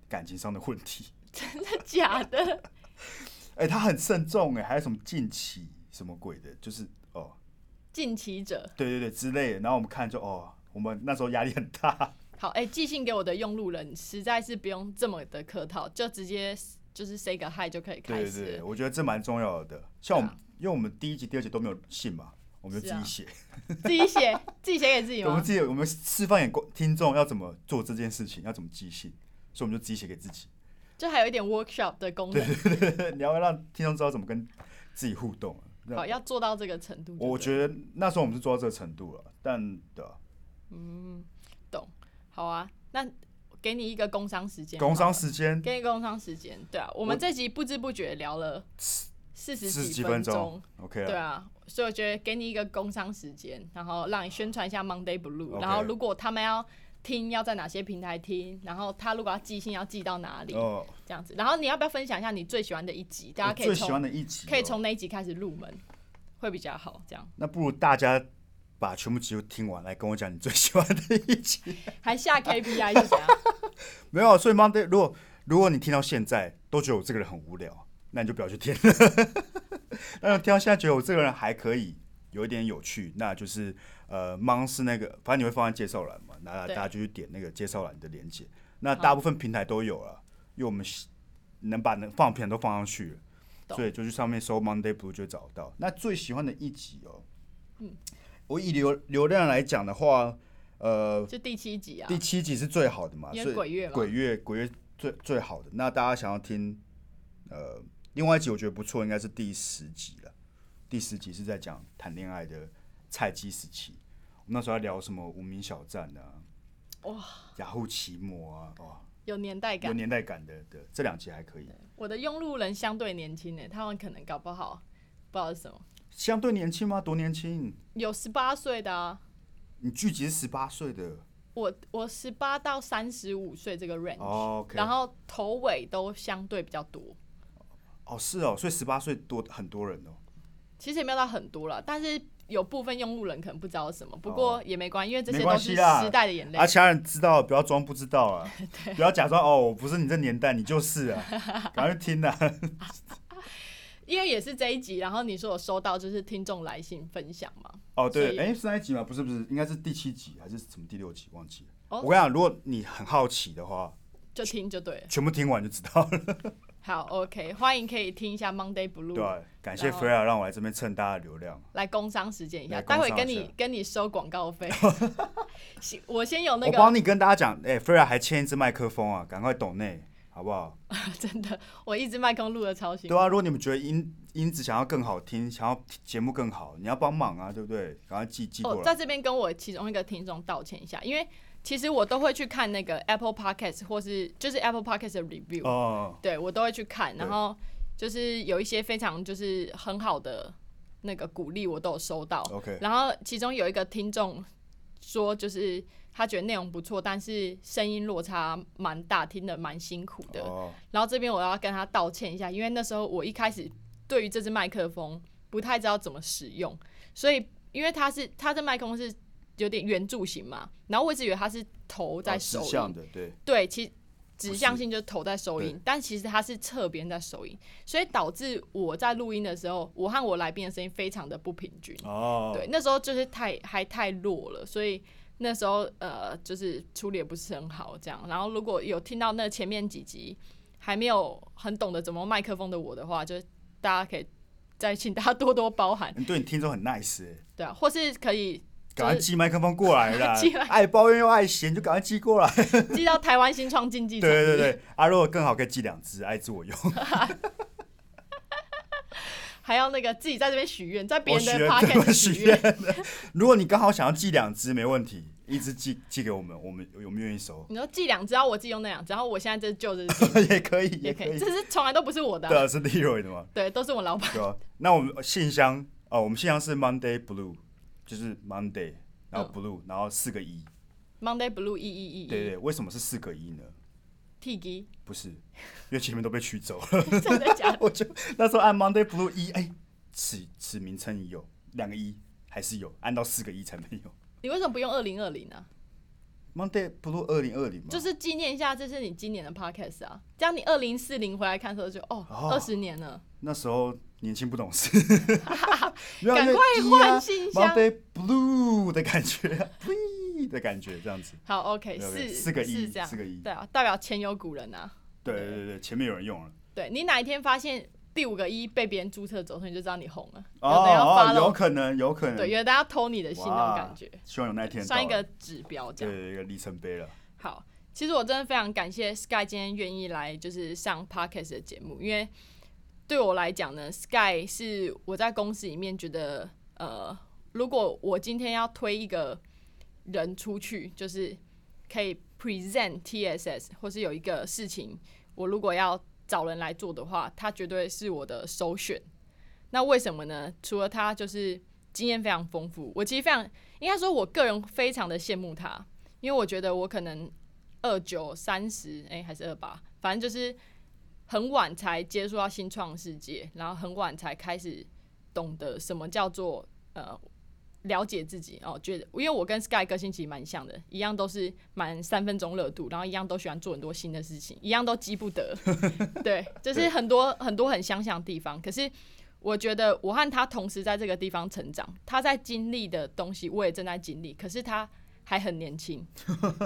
S2: 感情上的问题，
S1: 真的 假的？
S2: 哎、他很慎重哎、还有什么近期什么鬼的，就是哦，
S1: 近期者，
S2: 对对对之类的，然后我们看就哦，我们那时候压力很大，
S1: 好，哎、寄信给我的用路人实在是不用这么的客套，就直接就是 say 个 hi 就可以开
S2: 对对
S1: 始了。
S2: 对，我觉得这蛮重要的，像我们、
S1: 对
S2: 因为我们第一集、第二集都没有信嘛。我们就是自
S1: 啊
S2: 己写，
S1: 自己写，自己写给自己
S2: 我
S1: 吗
S2: 们？自己我们示范给观听众要怎么做这件事情，要怎么寄信，所以我们就自己写给自己。
S1: 就还有一点 workshop 的功能。
S2: 你要让听众知道怎么跟自己互动啊。那
S1: 好，要做到这个程度就对了。
S2: 我觉得那时候我们是做到这个程度了，但对啊
S1: 懂。好啊，那给你一个工商时间。
S2: 工商，时间
S1: 给你工商时间。对啊，我们这集不知不觉聊了四十
S2: 四十
S1: 几
S2: 几分
S1: 钟
S2: 钟。，OK
S1: 对
S2: 了。
S1: 啊，所以我觉得给你一个工商时间，然后让你宣传一下 Monday Blue，
S2: OK
S1: 然后如果他们要听，要在哪些平台听，然后他如果要寄信要寄到哪里，
S2: 哦，
S1: 这样子。然后你要不要分享一下你最喜欢的一集？大
S2: 我
S1: 家可
S2: 最
S1: 以
S2: 喜
S1: 从
S2: 欢的一集哦
S1: 可以从哪一集开始入门，会比较好。这样
S2: 那不如大家把全部集都听完，来跟我讲你最喜欢的一集。
S1: 还下 KPI 是怎样？
S2: 没有啊，所以 Monday，如果如果你听到现在都觉得我这个人很无聊，那你就不要去听。 那听到现在觉得我这个人还可以，有一点有趣，那就是呃，Mon 是那个，反正你会放在介绍栏嘛，那大
S1: 对
S2: 家就去点那个介绍栏的链接。那大部分平台都有了，因为我们是能把能放的片都放上去了，
S1: 懂
S2: 所以就去上面搜 Monday Blue 就找到。那最喜欢的一集哦，嗯，我以流流量来讲的话，呃，
S1: 就第七集啊，
S2: 第七集是最好的嘛，
S1: 因为
S2: 所以
S1: 鬼月嘛
S2: 鬼月鬼月最最好的。那大家想要听，呃，另外一集我觉得不错，应该是第十集了。第十集是在讲谈恋爱的菜鸡时期，我们那时候要聊什么无名小站啊，
S1: 哇，
S2: 雅虎奇摩啊，哇，
S1: 有年代
S2: 有
S1: 感。
S2: 年代感的的这两集还可以，
S1: 我的用路人相对年轻诶，他们可能搞不好不知道是什么，
S2: 相对年轻吗？多年轻？
S1: 有十八岁的啊，
S2: 你剧集是十八岁的
S1: 我我十八到三十五岁这个 range，、
S2: 哦，OK，
S1: 然后头尾都相对比较多，
S2: 哦是哦，所以十八岁多很多人哦，
S1: 其实也没有到很多了，但是有部分用路人可能不知道是什么，不过也没关系，因为这些
S2: 哦没
S1: 都
S2: 关
S1: 是
S2: 系啦
S1: 时代的眼泪。
S2: 啊，其他人知道不要装不知道 啊，不要假装哦，我不是你这年代，你就是啊，赶快去听啊。
S1: 因为也是这一集，然后你说我收到就是听众来信分享嘛，
S2: 哦，
S1: 所
S2: 对，
S1: 以
S2: 哎、是那一集吗？不是不是，应该是第七集还是什么第六集？忘记了。
S1: 哦
S2: 我跟你讲，如果你很好奇的话，
S1: 就听就对了。
S2: 全部听完就知道 了。
S1: 好，OK，欢迎可以听一下 Monday Blue，
S2: 对、啊，感谢
S1: 然后
S2: Freya 让我来这边蹭大家的流量。
S1: 来工商实践一下，
S2: 来
S1: 待
S2: 工商
S1: 会
S2: 一下
S1: 跟你跟你收广告 费。行我先有那
S2: 我
S1: 个
S2: 帮你跟大家讲，哎、f r e y a 还欠一支麦克风啊，赶快懂内，好不好？
S1: 真的，我一直麦克风录的超辛苦
S2: 对。啊，如果你们觉得音音质想要更好听，想要节目更好，你要帮忙啊，对不对？赶快寄寄
S1: 哦
S2: 过，来。
S1: 在这边跟我其中一个听众道歉一下，因为其实我都会去看那个 Apple Podcast 或是就是 Apple Podcast 的 review，、
S2: 嗯哦，
S1: 对我都会去看，然
S2: 对
S1: 后就是有一些非常就是很好的那个鼓励，我都有收到。
S2: OK
S1: 然后其中有一个听众说，就是他觉得内容不错，但是声音落差蛮大，听得蛮辛苦的。
S2: 哦，
S1: 然后这边我要跟他道歉一下，因为那时候我一开始对于这支麦克风不太知道怎么使用，所以因为它是它的麦克风是有点圆柱形嘛，然后我一直以为它是头在
S2: 哦
S1: 手
S2: 指
S1: 里，
S2: 向的，对，
S1: 对，其
S2: 不
S1: 指
S2: 是
S1: 向性就是头在收音
S2: 对，
S1: 但其实它是侧边在收音，所以导致我在录音的时候，我和我来宾的声音非常的不平均。
S2: 哦，
S1: 对，那时候就是太还太弱了，所以那时候呃，就是处理也不是很好这样。然后如果有听到那前面几集还没有很懂得怎么用麦克风的我的话，就是大家可以再请大家多多包涵，
S2: 你对你听众很 nice，欸
S1: 对啊，或是可以
S2: 赶快寄麦克风过来啦
S1: 寄麦！
S2: 爱抱怨又爱嫌，就赶快寄过来。
S1: 寄到台湾新创竞技
S2: 对
S1: 场。
S2: 对对对，啊，如果更好可以寄两只，爱自我用。
S1: 还要那个自己在这边许愿，在别
S2: 我
S1: 人
S2: 哦许
S1: 的 p
S2: 愿对
S1: o
S2: 我
S1: c
S2: 许
S1: 许愿。
S2: 如果你刚好想要寄两只，没问题，一只寄寄给我们，我们我们愿意收，
S1: 你说寄两只，然后我自己用那两只，然后我现在这旧的
S2: 也可以，
S1: 也
S2: 也
S1: 可
S2: 可
S1: 以，
S2: 以。
S1: 这是从来都不是我的啊、
S2: 对啊，是 Leroy 的嘛？
S1: 对，都是我老板。
S2: 对啊。那我们信箱哦，我们信箱是 Monday Blue，就是 Monday，然后 Blue，然后四个一。
S1: Monday Blue 一嗯一一
S2: 对
S1: 一
S2: 对，为什么是四个一呢？
S1: T G，
S2: 不是，因为前面都被取走了。
S1: 真的假的？
S2: 我就那时候按 Monday Blue 一，哎，此此名称已有两个一，还是有，按到四个一才没有。
S1: 你为什么不用二零二零呢？
S2: Monday Blue 二零二零嘛，
S1: 就是纪念一下，这是你今年的 podcast 啊。这样你二零四零回来看的时候就哦，
S2: 哦
S1: 二十年了，
S2: 那时候年轻不 懂事，没有
S1: 赶快
S2: 因为一啊
S1: 换信箱。
S2: Monday Blue 的感觉，blue 的感觉这样子。
S1: 好，OK，
S2: 没有没有
S1: 四
S2: 四个一
S1: 是这样，
S2: 四个一
S1: 对啊，代表前有古人啊。
S2: 对对对对，前面有人用了。
S1: 对你哪一天发现第五个一被别人注册走，你就知道你红了，
S2: 哦
S1: 有的要
S2: 哦，有
S1: follow，
S2: 可能，有可能。
S1: 对，有的要偷你的信那种
S2: 哇
S1: 感觉，
S2: 希望有那一天到
S1: 算一
S2: 来
S1: 个指标这
S2: 对
S1: 样。
S2: 对对一个里程碑了。
S1: 好，其实我真的非常感谢 Sky 今天愿意来，就是上 Podcast 的节目，因为对我来讲呢，Sky 是我在公司里面觉得，呃，如果我今天要推一个人出去，就是可以 present TSS，或是有一个事情，我如果要找人来做的话，他绝对是我的首选。那为什么呢？除了他就是经验非常丰富，我其实非常应该说，我个人非常的羡慕他，因为我觉得我可能二九三十，哎，还是二八，反正就是很晚才接触到新创世界，然后很晚才开始懂得什么叫做呃了解自己哦。觉得因为我跟 Sky 个性其实蛮像的，一样都是蛮三分钟热度，然后一样都喜欢做很多新的事情，一样都急不 得。对，就是很多很多很相像的地方，可是。我觉得我和他同时在这个地方成长，他在经历的东西我也正在经历，可是他还很年 轻，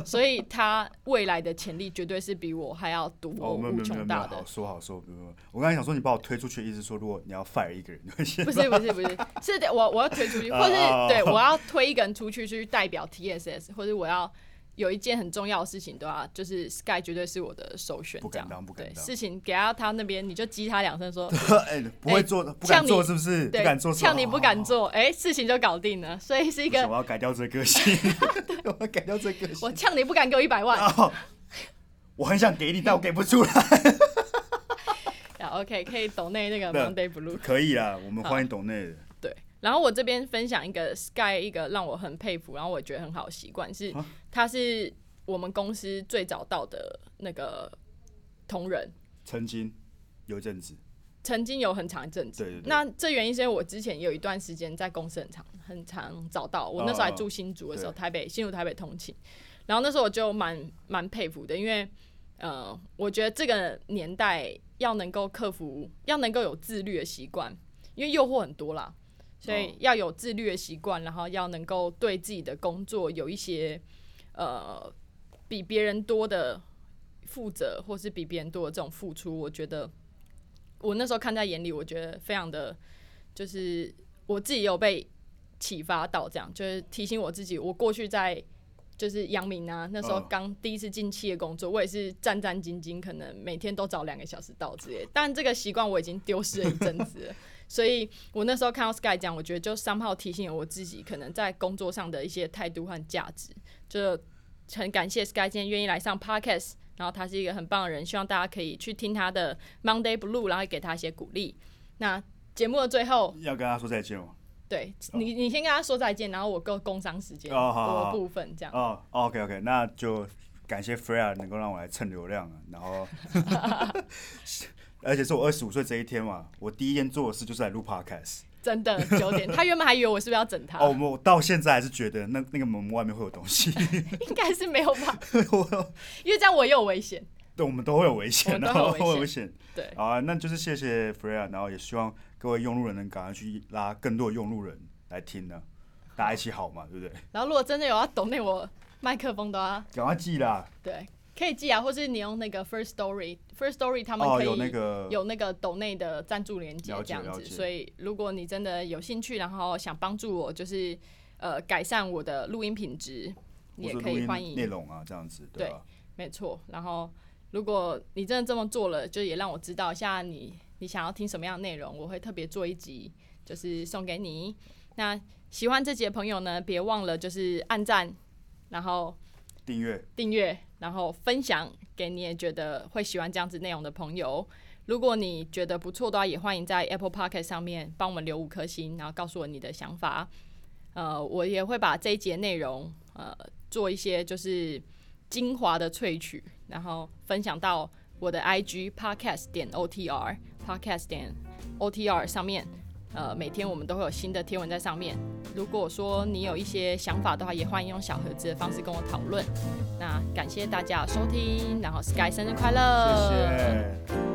S1: 所以他未来的潜力绝对是比我还要独我
S2: 哦，没有
S1: 无
S2: 没有没有
S1: 穷
S2: 没有，
S1: 大的
S2: 好。说好说，没有没有。我刚才想说你把我推出去，意思说如果你要 fire 一个人，你会 先
S1: 不是不是不是，是得我我要推出去，或是
S2: 哦
S1: 对我要推一个人出去去代表 TSS，或者我要有一件很重要的事情都要，就是 Sky 绝对是我的首选
S2: 不，
S1: 这
S2: 敢
S1: 样
S2: 当不敢
S1: 对
S2: 当。
S1: 事情给到他那边，你就激他两声说
S2: 哎 不会做，不敢
S1: 呛你
S2: 做是不是？不
S1: 对，
S2: 敢做是吧，哦
S1: 像你不敢做，哎、事情就搞定了，所以是一
S2: 不行
S1: 个
S2: 我要改掉这个 个性， 我要改掉这个个
S1: 我
S2: 性。
S1: 呛你不敢给我一百万。
S2: 哦我很想给你，但我给不出来。
S1: o k 可以抖内那个
S2: 对
S1: Monday Blue。
S2: 可以啦，我们欢迎懂内的。
S1: 对，然后我这边分享一个 Sky 一个让我很佩服，然后我觉得很好的习惯是
S2: 啊，
S1: 他是我们公司最早到的那个同仁，
S2: 曾经有一阵子，
S1: 曾经有很长一阵子。
S2: 对对对
S1: 那这原因是因为我之前有一段时间在公司很长很长找到，我那时候还住新竹的时候，
S2: 啊对
S1: 台北新竹台北通勤，然后那时候我就蛮蛮佩服的，因为呃，我觉得这个年代要能够克服，要能够有自律的习惯，因为诱惑很多啦，所以
S2: 哦
S1: 要有自律的习惯，然后要能够对自己的工作有一些呃比别人多的负责，或是比别人多的这种付出，我觉得我那时候看在眼里，我觉得非常的，就是我自己有被启发到，这样就是提醒我自己，我过去在就是杨明啊，那时候
S2: 嗯
S1: 刚第一次进企业工作，我也是战战兢兢，可能每天都早两个小时到之类的。但这个习惯我已经丢失了一阵子了，所以我那时候看到 Sky 讲，我觉得就 somehow 提醒了我自己，可能在工作上的一些态度和价值。就很感谢 Sky 今天愿意来上 Podcast，然后他是一个很棒的人，希望大家可以去听他的 Monday Blue，然后给他一些鼓励。那节目的最后，
S2: 要跟他说再见吗？
S1: 对你，你先跟他说再见，然后我够工商时间
S2: 哦好好
S1: 我
S2: 好
S1: 部分这样。
S2: 哦、o k OK，那就感谢 Freya 能够让我来蹭流量啊，然后，而且是我二十五岁这一天嘛，我第一件做的事就是来录 Podcast。
S1: 真的九点，他原本还以为我是不是要整他，
S2: 哦，我到现在还是觉得那那个门外面会有东西，
S1: 应该是没有吧，
S2: 我
S1: 因为这样我也有危险。
S2: 对我们都会有危险，
S1: 我们
S2: 然
S1: 都
S2: 后
S1: 会有危险
S2: 会有危险。
S1: 对，
S2: 好啊，那就是谢谢 Freya，然后也希望各位用路人能赶快去拉更多的用路人来听呢、大家一起好嘛，对不对？
S1: 然后如果真的有要懂那我麦克风的话，
S2: 赶快记啦，
S1: 对，可以寄啊，或是你用那个 First Story，First Story 他们
S2: 哦，
S1: 可以
S2: 有那个
S1: 有那个抖内的赞助连接
S2: 了
S1: 这
S2: 解
S1: 样
S2: 了
S1: 子，
S2: 解
S1: 所以如果你真的有兴趣，然后想帮助我，就是呃改善我的录音品质，你
S2: 或
S1: 也
S2: 是
S1: 可
S2: 录
S1: 以欢
S2: 音内
S1: 迎，
S2: 容啊，这样子，
S1: 对
S2: 吧、
S1: 没错。然后如果你真的这么做了，就也让我知道一下你你想要听什么样的内容，我会特别做一集，就是送给你。那喜欢这集的朋友呢，别忘了就是按赞，然后
S2: 订阅
S1: 订阅，然后分享给你也觉得会喜欢这样子内容的朋友。如果你觉得不错的话，也欢迎在 Apple p o c k e t 上面帮我们留五颗星，然后告诉我你的想法。呃，我也会把这一节内容呃做一些就是精华的萃取，然后分享到我的 IG podcast 点 OTR podcast 点 OTR 上面。呃，每天我们都会有新的贴文在上面。如果说你有一些想法的话，也欢迎用小盒子的方式跟我呃讨论。那感谢大家的收听，然后 Sky 生日快乐！
S2: 谢谢。